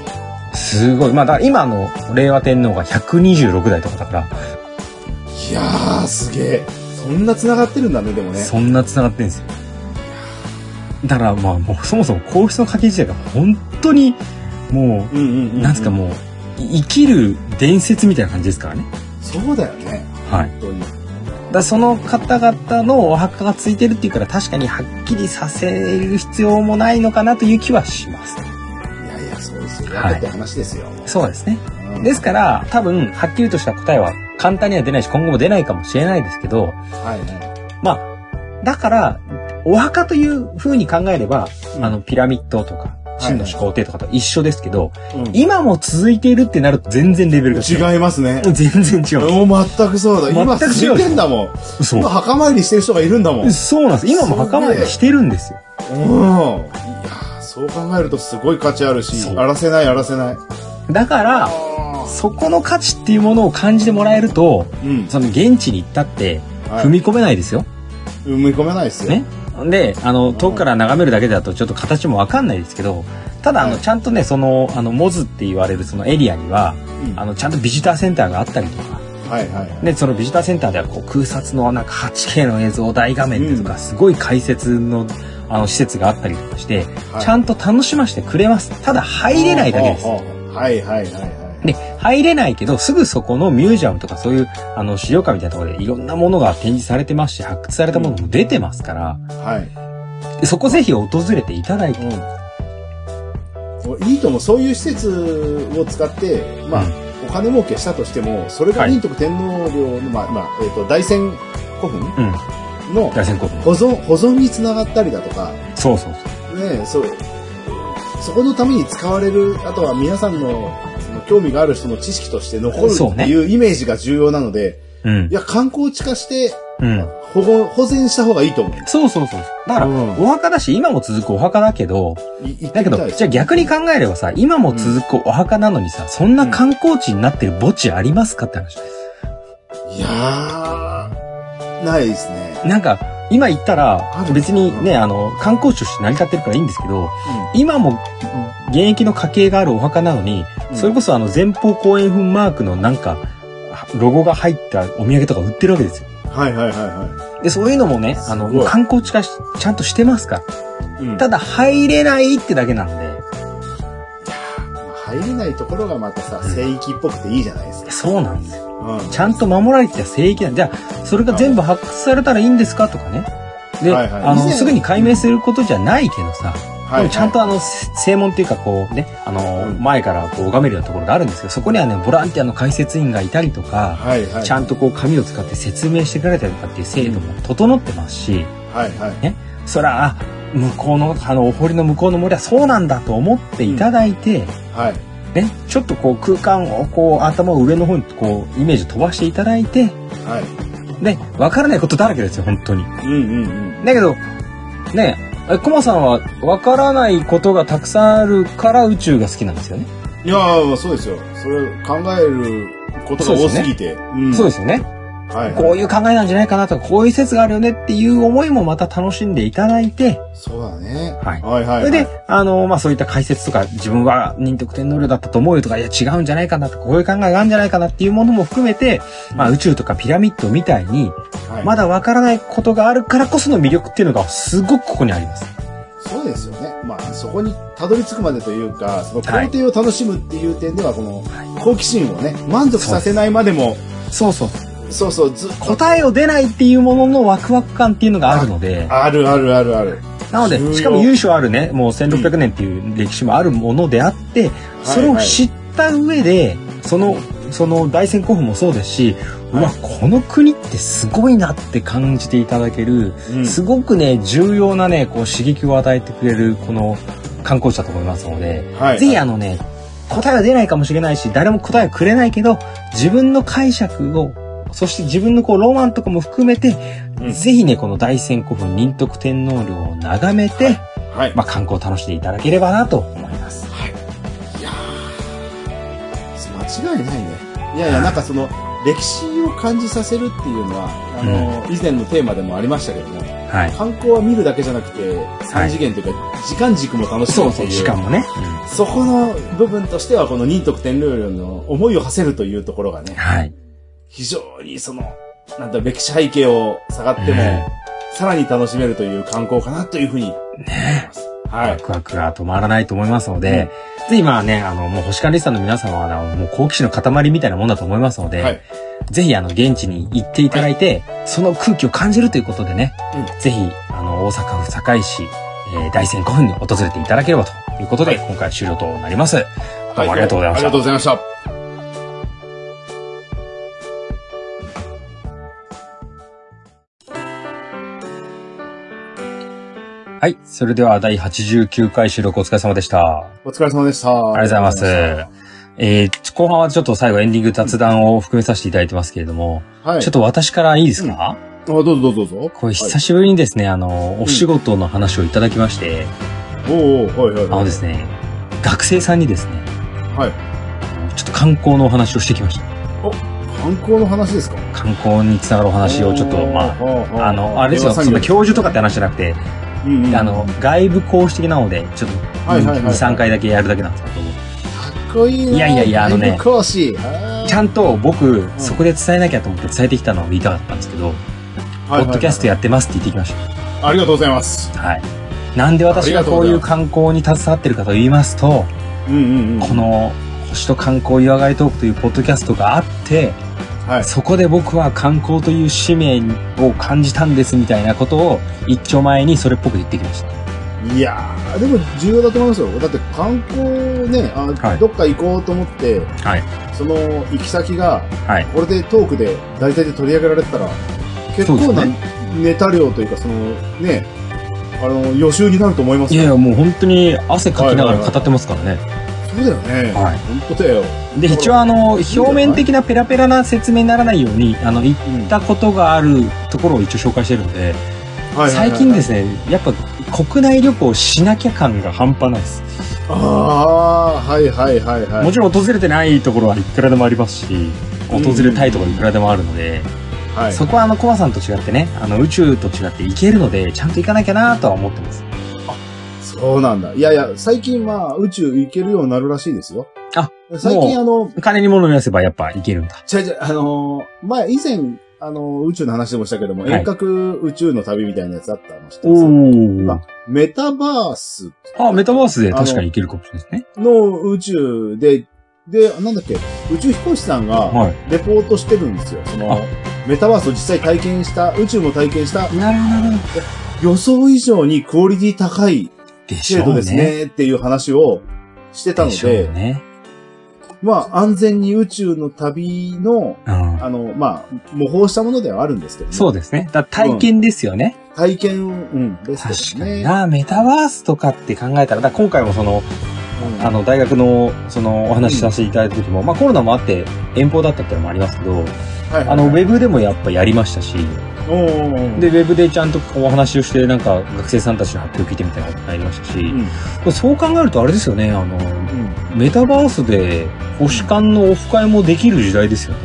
B: すごい。まあだから今の令和天皇が126代とかだから、
A: いやー、すげえ。そんな繋がってるんだね、でもね。
B: そんな繋がってるんですよ。だからまあもうそもそも皇室の家系自体が本当に、も
A: う
B: う、
A: んうんうん。
B: なんですかもう、い生きる伝説みたいな感じですからね。
A: そうだよね。
B: はい。
A: 本当に。
B: だからその方々のお墓がついてるっていうから確かにはっきりさせる必要もないのかなという気はします。
A: いやいや、そうですよ。
B: は
A: や
B: い
A: ってって話ですよ。
B: そうですね。
A: うん
B: ですから、多分、はっきりとした答えは簡単には出ないし、今後も出ないかもしれないですけど、
A: はいはい。
B: まあ、だから、お墓という風に考えれば、あの、ピラミッドとか、真の始皇帝とかと一緒ですけど、
A: うん
B: 今も続いているってなると全然レベルが違う。
A: 違いますね。
B: 全然違う。
A: もう全くそうだ。今、
B: 全く
A: 知
B: 違うでしょ
A: ってんだもん。
B: そう
A: 今、。墓参りしてる人がいるんだもん。うん。いや
B: そうなんです。今も墓参りしてるんですよ。
A: ーそう考えるとすごい価値あるし、
B: そう
A: 荒らせない荒らせない。
B: だから、
A: あ
B: そこの価値っていうものを感じてもらえると、
A: ーうん。
B: その現地に行ったって
A: はい
B: 踏み込めないですよ。
A: 踏み込めないですよ。
B: ね。で、あの、遠くから眺めるだけだとちょっと形もわかんないですけど、ただ、あ
A: は
B: の、
A: い
B: ちゃんとね、その、あの、モズって言われるそのエリアには、
A: うん
B: あ
A: は
B: の、ちゃんとビジターセンターがあったりとか、
A: いはいはい。
B: で、そのビジターセンターではこう空撮のなんか 8K の映像を大画面でと
A: う
B: か、すごい解説の、あの、施設があったりとかして、
A: はい
B: ちゃんと楽しませてくれます。ただ、入れないだけです。
A: ほうほうほうはいはいはいはい。
B: で、入れないけど、すぐそこのミュージアムとかそういう、あの、資料館みたいなところでいろんなものが展示されてますし、発掘されたものも出てますから、
A: はい。
B: そこぜひ訪れていただいて、
A: うん。いいともそういう施設を使って、まあ、
B: うん
A: お金儲けしたとしても、それが
B: はい
A: 仁徳天皇陵の、まあ、まあ、えっ、と、大仙古墳
B: うん、
A: の
B: 大仙古墳。
A: 保存、保存につながったりだとか、
B: そうそうそう。
A: ね、そう、そこのために使われる、あとは皆さんの、その興味がある人の知識として残る
B: そう
A: って
B: ね
A: いうイメージが重要なので、
B: うん
A: い。や、観光地化して、
B: うん。
A: 保護、保全した方がいいと思う。
B: そうそうそう。だから、
A: うん
B: お墓だし、今も続くお墓だけど、
A: い行ってみ
B: だけ
A: た
B: ど、
A: い
B: じゃあ逆に考えればさ、今も続くお墓なのにさ、そんな観光地になってる墓地ありますかって話。
A: いやー、ないですね。
B: なんか、今行ったら
A: ある、
B: 別にね、あの、観光地として成り立ってるからいいんですけど、今も現役の家系があるお墓なのに、
A: うん
B: それこそあの前方後円墳マークのなんか、ロゴが入ったお土産とか売ってるわけですよ。
A: はいはいはいは
B: で、そういうのもね、あ
A: すご
B: の、
A: い
B: 観光地化しちゃんとしてますから。
A: い。うん
B: ただ入れないってだけなんで、
A: 入れないところがまたさ、
B: うん
A: 聖域っぽくていいじゃないですか。
B: そうなんですよ。
A: うん。
B: ちゃんと守られてた聖域なんで、じゃあ、それが全部発掘されたらいいんですかとかね。で、
A: はいはい
B: あ
A: 以
B: の、
A: 前
B: すぐに解明することじゃないけどさ、
A: は
B: でもちゃんと
A: は
B: あの、せ正門っていうかこうね、あの、
A: うん
B: 前からこう拝めるようなところがあるんですけど、そこにはね、ボランティアの解説員がいたりとか、
A: いはい。
B: ちゃんとこう紙を使って説明してくれたりとかっていう制度も整ってますし、
A: はいはい。
B: そら、あ、向こうの、あの、お堀の向こうの森はそうなんだと思っていただいて、
A: はい。
B: ね、ちょっとこう空間をこう頭を上の方にこうイメージを飛ばしていただいて、
A: は
B: ね、わからないことだらけですよ、本当に。
A: い。うんうんうん。
B: だけど、ね、えコマさんはわからないことがたくさんあるから宇宙が好きなんですよね。
A: いやー、そうですよ。それ考えることが多すぎて。うん
B: そうですよね。
A: はいはい。
B: こういう考えなんじゃないかなとか、こういう説があるよねっていう思いもまた楽しんでいただいて、
A: そうだね。
B: はい
A: はいはい。
B: それで、あの、まあ、そういった解説とか、自分は忍徳天皇陵だったと思うよとか、いや、違うんじゃないかなとか、こういう考えがあるんじゃないかなっていうものも含めて、まあ、宇宙とかピラミッドみたいに、
A: はい、
B: まだわからないことがあるからこその魅力っていうのが、すごくここにあります。
A: そうですよね。まあ、そこにたどり着くまでというか、その工程を楽しむっていう点では、この
B: は
A: 好奇心をね、満足させないまでも、
B: そうそう。
A: そうそう、ずっと
B: 答えを出ないっていうもののワクワク感っていうのがあるので、
A: あるあるあるある。
B: なの
A: 重要
B: で、しかも由緒あるね、もう1600年っていう歴史もあるものであって、それを知った上で、その、その大仙古墳もそうですし、う
A: はい
B: わ、この国ってすごいなって感じていただける、
A: うん
B: すごくね、重要なね、こう刺激を与えてくれる、この観光地だと思いますので、
A: はい。
B: ぜひあのね、答えは出ないかもしれないし、誰も答えはくれないけど、自分の解釈を、そして自分のこうロマンとかも含めて、
A: うん
B: ぜひね、この大仙古墳仁徳天皇陵を眺めて、
A: はい。
B: まあ、観光を楽しんでいただければなと思います。
A: いやー間違いないね。いやいや、なんかその、歴史を感じさせるっていうのは、あの、以前のテーマでもありましたけども、
B: はい。
A: 観光は見るだけじゃなくて、三次元というか、時間軸も楽し
B: そ
A: む
B: う
A: って
B: そ、
A: いうう。
B: しかもね。
A: そこの部分としては、この仁徳天皇陵の思いを馳せるというところがね、
B: はい。
A: 非常にその、なんだ、歴史背景を下がっても、
B: ね
A: さらに楽しめるという観光かなというふうに思います。は
B: ワ
A: い。
B: クワクが止まらないと思いますので、ぜひまあね、あの、もう星間リスさんの皆様は、あのもう好奇心の塊みたいなもんだと思いますので、
A: はい。
B: ぜひあの現地に行っていただいて、その空気を感じるということでね、
A: う
B: ぜひあの大阪府堺市、えー大仙古墳に訪れていただければということで、今回終了となります。どうもありがとうございま
A: あ
B: し
A: りが
B: た
A: とうございました。
B: はい。それでは第89回収録お疲れ様でした。
A: お疲れ様でした。
B: ありがとうございます
A: は
B: えー、後半はちょっと最後エンディング雑談を含めさせていただいてますけれども、
A: い。
B: ちょっと私からいいです
A: あ
B: か、
A: どうぞどうぞどうぞ。
B: これ久しぶりにですね、あの、お仕事の話をいただきまして、
A: おーおーはいはい。
B: あのですね、学生さんにですね、
A: はい。
B: ちょっと観光のお話をしてきました。
A: 観光の話ですか
B: 観光につながるお話をちょっと、ま
A: あ
B: あ、あの、あれですよ、そんな教授とかって話じゃなくて、
A: うんうん
B: あの、外部講師的なので、ちょっと、
A: はいはいはい
B: 2、3回だけやるだけなんですけど、
A: かっこいいな。
B: いやいやいやあのね
A: 外部講師。あー
B: ちゃんと僕、そこで伝えなきゃと思って伝えてきたのを言いたかったんですけど、ポ
A: はいはい
B: ッドキャストやってますって言ってきまし
A: ありがとうございます。
B: た。はい。なんで私がこういう観光に携わってるかと言いますと、
A: うんうんうん。
B: この、星と観光湯上がりトークというポッドキャストがあって、
A: はい。
B: そこで僕は観光という使命を感じたんですみたいなことを一丁前にそれっぽく言ってきました。
A: いやー、でも重要だと思いますよ。だって観光ね、あ
B: はい
A: どっか行こうと思って、
B: はい
A: その行き先が、
B: はい
A: これでトークで大体で取り上げられてたら、結
B: そ
A: 構
B: うで
A: な
B: す
A: ネタ量というか、そのね、あの、予習になると思います
B: いやい
A: よ。
B: やもう本当に汗かきながら語ってますからね。
A: そうだよね。
B: はい
A: 本当だよ。
B: で、一応あの、表面的なペラペラな説明にならないように、あの、行っ
A: うん
B: たことがあるところを一応紹介してるんで、
A: はいはいはい
B: 最近ですね、やっぱ国内旅行しなきゃ感が半端ないです。
A: ああ、はいはいはいはい。
B: もちろん訪れてないところはいくらでもありますし、訪れたいところいくらでもあるので、
A: はい。
B: そこはあのコアさんと違ってね、あの宇宙と違って行けるので、ちゃんと行かなきゃなとは思ってます。
A: そうなんだ。いやいや、最近まあ宇宙行けるようになるらしいですよ。
B: あ、
A: 最近あの、
B: 金に物を出せばやっぱ行けるんだ。
A: 違う違う、あのー前、以前、あのー宇宙の話でもしたけども、
B: はい
A: 遠隔宇宙の旅みたいなやつあったの知ってます
B: お
A: メタバース
B: あ、メタバースで確かに行けるかもしれないですね。
A: の宇宙で、で、なんだっけ、宇宙飛行士さんが
B: は
A: レポートしてるんですよ。そ
B: あ
A: の、メタバースを実際体験した、宇宙も体験した
B: い。、なるほど、なるほ
A: 予想以上にクオリティ高い
B: ど。でし
A: 制
B: ょ
A: 度
B: う
A: です
B: ね。
A: ね、っていう話をしてたの
B: でしょう
A: で、
B: ね。
A: まあ、安全に宇宙の旅の、
B: うん。
A: あの、まあ、模倣したものではあるんですけど、ね、
B: そうですね。だから体験ですよね。
A: 体験、うん、ですけ
B: 確
A: ど
B: かに
A: ね。
B: な、メタバースとかって考えたら、だから今回もその、
A: うん
B: あの、大学の、その、お話しさせていただいた時も、まあコロナもあって遠方だったってのもありますけど、
A: はいはい
B: あの、ウェブでもやっぱやりましたし、
A: おー
B: で、ウェブでちゃんとお話をして、なんか学生さんたちの発表を聞いてみたいなことになりましたし、
A: うん、
B: そう考えるとあれですよね、あの、
A: うん。
B: メタバースで星間のオフ会もできる時代ですよ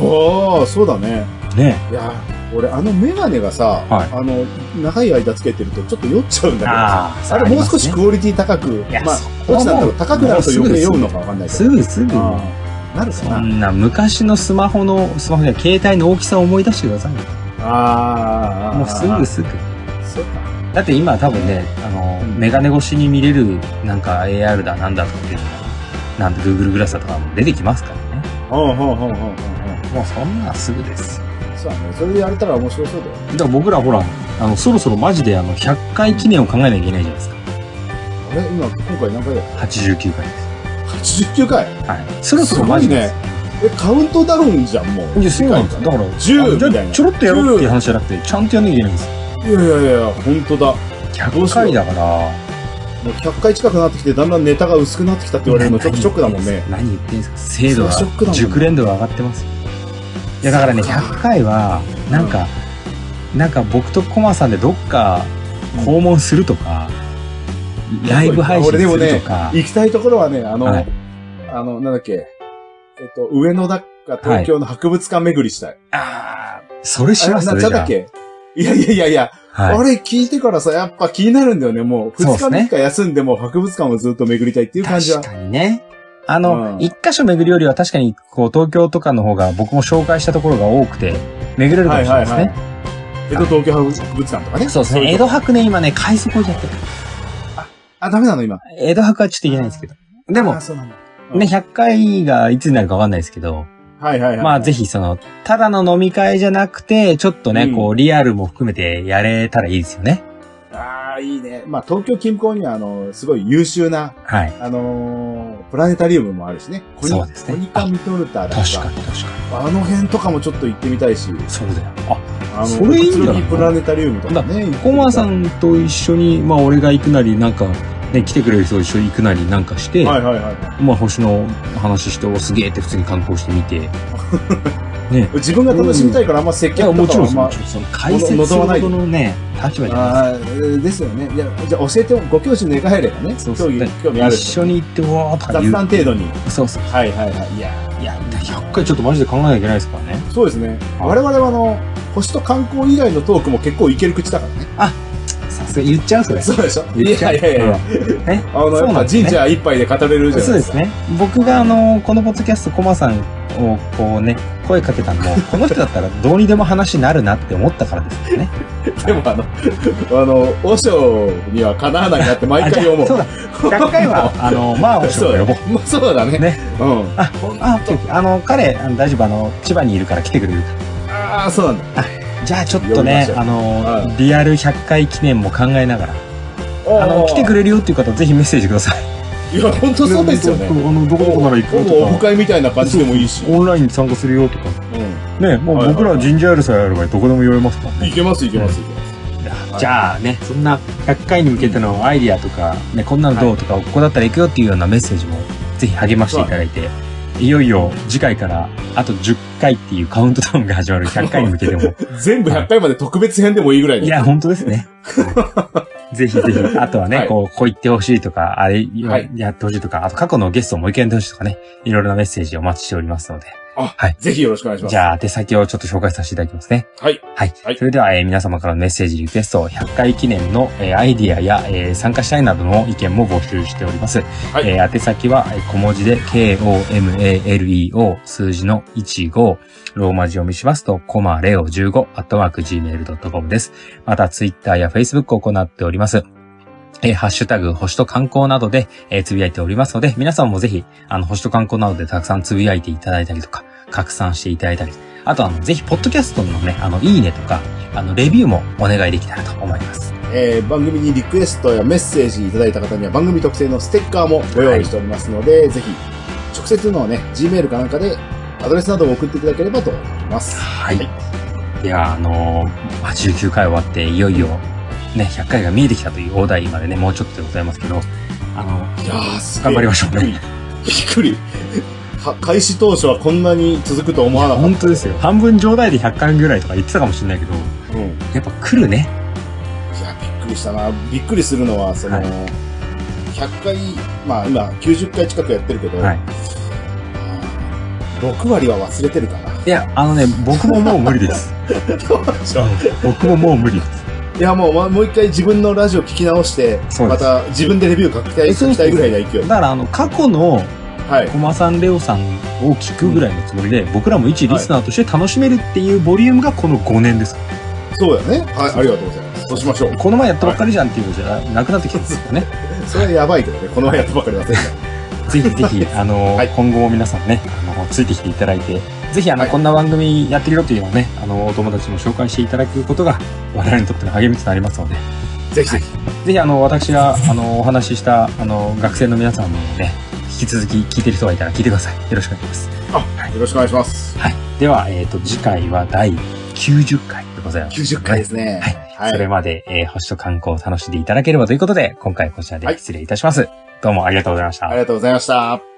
A: おー、そうだね。
B: ね。ね
A: いや、俺、あのメガネがさ、
B: はい
A: あの、長い間つけてるとちょっと酔っちゃうんだけどさ、
B: あ
A: あれもう少し
B: く、
A: クオリティ高く、
B: いや、
A: まあ、
B: そこ
A: どっ
B: は
A: ちなんだ
B: も
A: ろ
B: う
A: う、高くなると余計酔うのかわかんないけど。
B: すぐすぐ。
A: あーなるか
B: そ
A: な。
B: んな昔のスマホの、スマホじゃない携帯の大きさを思い出してくださいよ。
A: あー
B: もうすぐすぐ。
A: そうか。
B: だって今多分ね、あの、
A: うん
B: メガネ越しに見れる、なんか AR だなんだとかっていうのが、なんて Google グラスだとかも出てきますからね。
A: うんうんうんうんうんうん
B: もうそんなすぐですよ。
A: そうだね。それでやれたら面白そうだよ。
B: だから僕らほら、あの、そろそろマジであの、100回記念を考えなきゃいけないじゃないですか。
A: あれ今、今回何回だよ
B: 89回です。
A: ?89 回
B: はい。そろそろマジで
A: ね。え、カウントダウンじゃん、もう。
B: いや、そうなんですよ。だか
A: 10
B: ら、あのじゃあ
A: みたいな
B: ちょろっとやろうっていう話じゃなくて、ちゃんとやんなきゃいけないんですよ。
A: いやいやいや、本当だ。どう
B: 100
A: しよう
B: 回だから、
A: もう100回近くなってきて、だんだんネタが薄くなってきたって言われるのちょっとショックだもんね。
B: 何言ってんすか精度が
A: それはショックだもんね
B: 熟練度が上がってますよいやだからね
A: そっか
B: 100回はなんか、なんか僕とコマさんでどっか訪問するとか、ライブ配信す
A: 俺でもね
B: るとか、
A: 行きたいところはね、あの、
B: はい
A: あの、なんだっけ、えっと、上野だか東京の博物館巡りしたい。
B: ああそれし
A: あれ、
B: ま
A: な
B: すね
A: なんだっけいやいやいやいや、あ
B: はい、
A: れ聞いてからさ、やっぱ気になるんだよね。もう、
B: そう
A: 2
B: っ
A: 日
B: すね
A: 3日休んでも博物館をずっと巡りたいっていう感じは
B: 確。かにねあの、
A: うん
B: 一箇所巡るよりは確かに、こう、東京とかの方が僕も紹介したところが多くて、巡れるかもしれないですね。
A: はいはい江戸東京博物館とかね。
B: そうですね。江
A: 戸。
B: 戸博ね、今ね、快速をやってる。
A: あ、ダメなの今。
B: 江戸博はちょっといけないんですけど。でも
A: あ、そうなんだ。うん
B: ね、100回がいつになるかわかんないですけど、
A: はいはいはい。
B: まあぜひその、ただの飲み会じゃなくて、ちょっとね、
A: うん
B: こう、リアルも含めてやれたらいいですよね。
A: ああ、いいね。まあ、東京近郊には、あの、すごい優秀な、
B: はい。
A: あのープラネタリウムもあるしね。コニ
B: そうですね
A: コニカミトルタだと
B: 確かに確か
A: あの辺とかもちょっと行ってみたいし、
B: に。そうだよ。
A: あ
B: あ、
A: の、
B: それいいんじゃな
A: くつろ
B: い
A: ぎプラネタリウムとかね。行ってみたい
B: コマさんと一緒に、まあ俺が行くなり、なんか、ね、来てくれる人と一緒に行くなりなんかして、
A: はいはいは
B: まあ星の話して、おすげえって普通に観光してみて、
A: い。自分が楽しみたいから、あんま接
B: いや、
A: 客
B: も
A: と
B: ち
A: か
B: ろん
A: は
B: で
A: あんま
B: すもち。ろんその解説するほどのね、立場じゃないですか。
A: ああ、えーですよね。いや、じゃあ教えても、ご教師願えればね。
B: そうそう
A: 興
B: だ
A: 味、興味ある
B: 一
A: 人
B: 緒に行って、わーと
A: 雑
B: か言う。
A: 談程度に。
B: そうそう。
A: はいはいはい。いや、
B: いや、100回ちょっとマジで考えなきゃいけないですからね。
A: そうですね。我々はあの、星と観光以外のトークも結構いける口だからね。
B: さすが言っちゃうそれ。
A: そうでしょい
B: 言っちゃ
A: や
B: う
A: いやいやいや。
B: うんね
A: あの、
B: そう
A: やっ
B: なん
A: ぱ
B: ですね
A: 神社一杯で語れるじゃ
B: そう
A: ない
B: で
A: です
B: す
A: か。
B: ね。僕があの、このポッドキャストコマさんをこうね、声かけたのも、この人だったらどうにでも話になるなって思ったからですよね。
A: でもあの、あの、和尚にはかなわないなって毎回思う。
B: あじゃあそうだ。100回は、あの、まあ、おし
A: そ
B: ょ
A: うだ
B: 呼ぼう
A: ね。。まあそうだね。
B: ね
A: うん。
B: あ、あ、あの、彼、あの大丈夫、あの、千葉にいるから来てくれる
A: ああ、そうなんだ。
B: じゃあちょっ
A: 呼
B: と
A: びま
B: ね
A: しょ、う
B: あの、
A: は
B: リアル100回記念も考えながら、あの、来てく
A: れ。
B: れるよっていう方、ぜひメッセージください。
A: いや、本当そうですよね。
B: あの、どこどこなら行
A: ほ
B: く
A: ぼオフ
B: とか、
A: 会みたいな感じでもいいし。
B: オンラインに参加するよとか、
A: うん。
B: ね、も
A: は
B: う
A: い
B: 僕らジンジャーエールさえあればどこでも言えますから
A: い
B: ね。
A: けます、いけます、いけます。い
B: じゃあね、そんな100回に向けてのアイディアとか、ね、こんなのどうとか、ここだったら行くよっていうようなメッセージも、ぜひ励ましていただいて、いよいよ次回からあと10回っていうカウントダウンが始まる100回に向けて も、
A: 全部100回まで特別編でもいいぐらい
B: い
A: に。
B: や、本当です ね。ぜひぜひ。あとはね、
A: はい
B: こう、こう言ってほしいとか、あれ、
A: はい
B: やってほしいとか、あと過去のゲストも意見てほしいとかね、いろいろなメッセージをお待ちしておりますので。
A: ぜひよろしくお願いします。
B: じゃあ、手先をちょっと紹介させていただきますね。
A: はい。
B: はい。
A: はい
B: それでは、えー皆様からのメッセージ、リクエスト、100回記念の、えーアイディアや、えー参加したいなどの意見も募集しております。
A: はい
B: えー宛先は、えー小文字で、k-o-m-a-l-e-o、数字の15、ローマ字読みしますと、コマレオ15、アットマーク gmail.com です。また、ツイッターやフェイスブックを行っております。えーハッシュタグ、星と観光などで、えーつぶやいておりますので、皆さんもぜひ、あの、星と観光などでたくさんつぶやいていただいたりとか、拡散していただいたり、あとあの、ぜひ、ポッドキャストのね、あの、いいねとか、あの、レビューもお願いできたらと思います。
A: えー番組にリクエストやメッセージいただいた方には番組特製のステッカーもご用意しておりますので、ぜひ、直接のね、Gmail かなんかで、アドレスなどを送っていただければと思います。
B: はい。では、あのー、89回終わって、いよいよ、ね、100回が見えてきたという大台までね、もうちょっとでございますけど、あの、
A: いやー、すげえ
B: 頑張りましょうね。
A: びっくり。びっくり。は開始当初はこんなに続くと思わなかった。
B: 本当ですよ。半分冗談で100回ぐらいとか言ってたかもしれないけど、
A: うん。い
B: やっぱ来るね。
A: や、びっくりしたな。びっくりするのは、その、
B: はい
A: 100回、まあ今90回近くやってるけど、
B: はい。
A: 6割は忘れてるかな。
B: いや、あのね、僕ももう無理です。 僕ももう無理です。
A: いやもう、まもう一回自分のラジオ聞き直して、
B: そうで
A: ますた自分でレビュー書きたい、書きたいぐらいの勢い
B: だ。から、あの、過去の
A: はい。
B: 駒さん、レオさんを聞くぐらいのつもりで、僕らも一リスナーとして楽しめるっていうボリュームがこの5年です。
A: そうだね。はい、ありがとうございます。そうしましょう。
B: この前やったばっかりじゃんっていうのじゃなくなってきてるんですよね。
A: それはやばいけどね、この前やったばかり忘れて
B: ぜひぜひ、あの、
A: はい
B: 今後も皆さんね、あの、ついてきていただいて、ぜひ、あの、
A: はい
B: こんな番組やってるよというのをね、あの、お友達にも紹介していただくことが、我々にとっての励みとなりますので、
A: た。ぜひぜひ。
B: ぜひ、あの、私が、あの、お話しした、あの、学生の皆さんもね、引き続き聞いてる人がいたら聞いてください。よろしくお願いします。
A: よろしくお願いします。
B: はい。では、えっ、と、次回は第90回でございます。
A: 90回ですね。
B: はい。それまで、えー、星と観光を楽しんでいただければということで、今回こちらで失礼いたします。どうもありがとうございました
A: あり。がとうございました。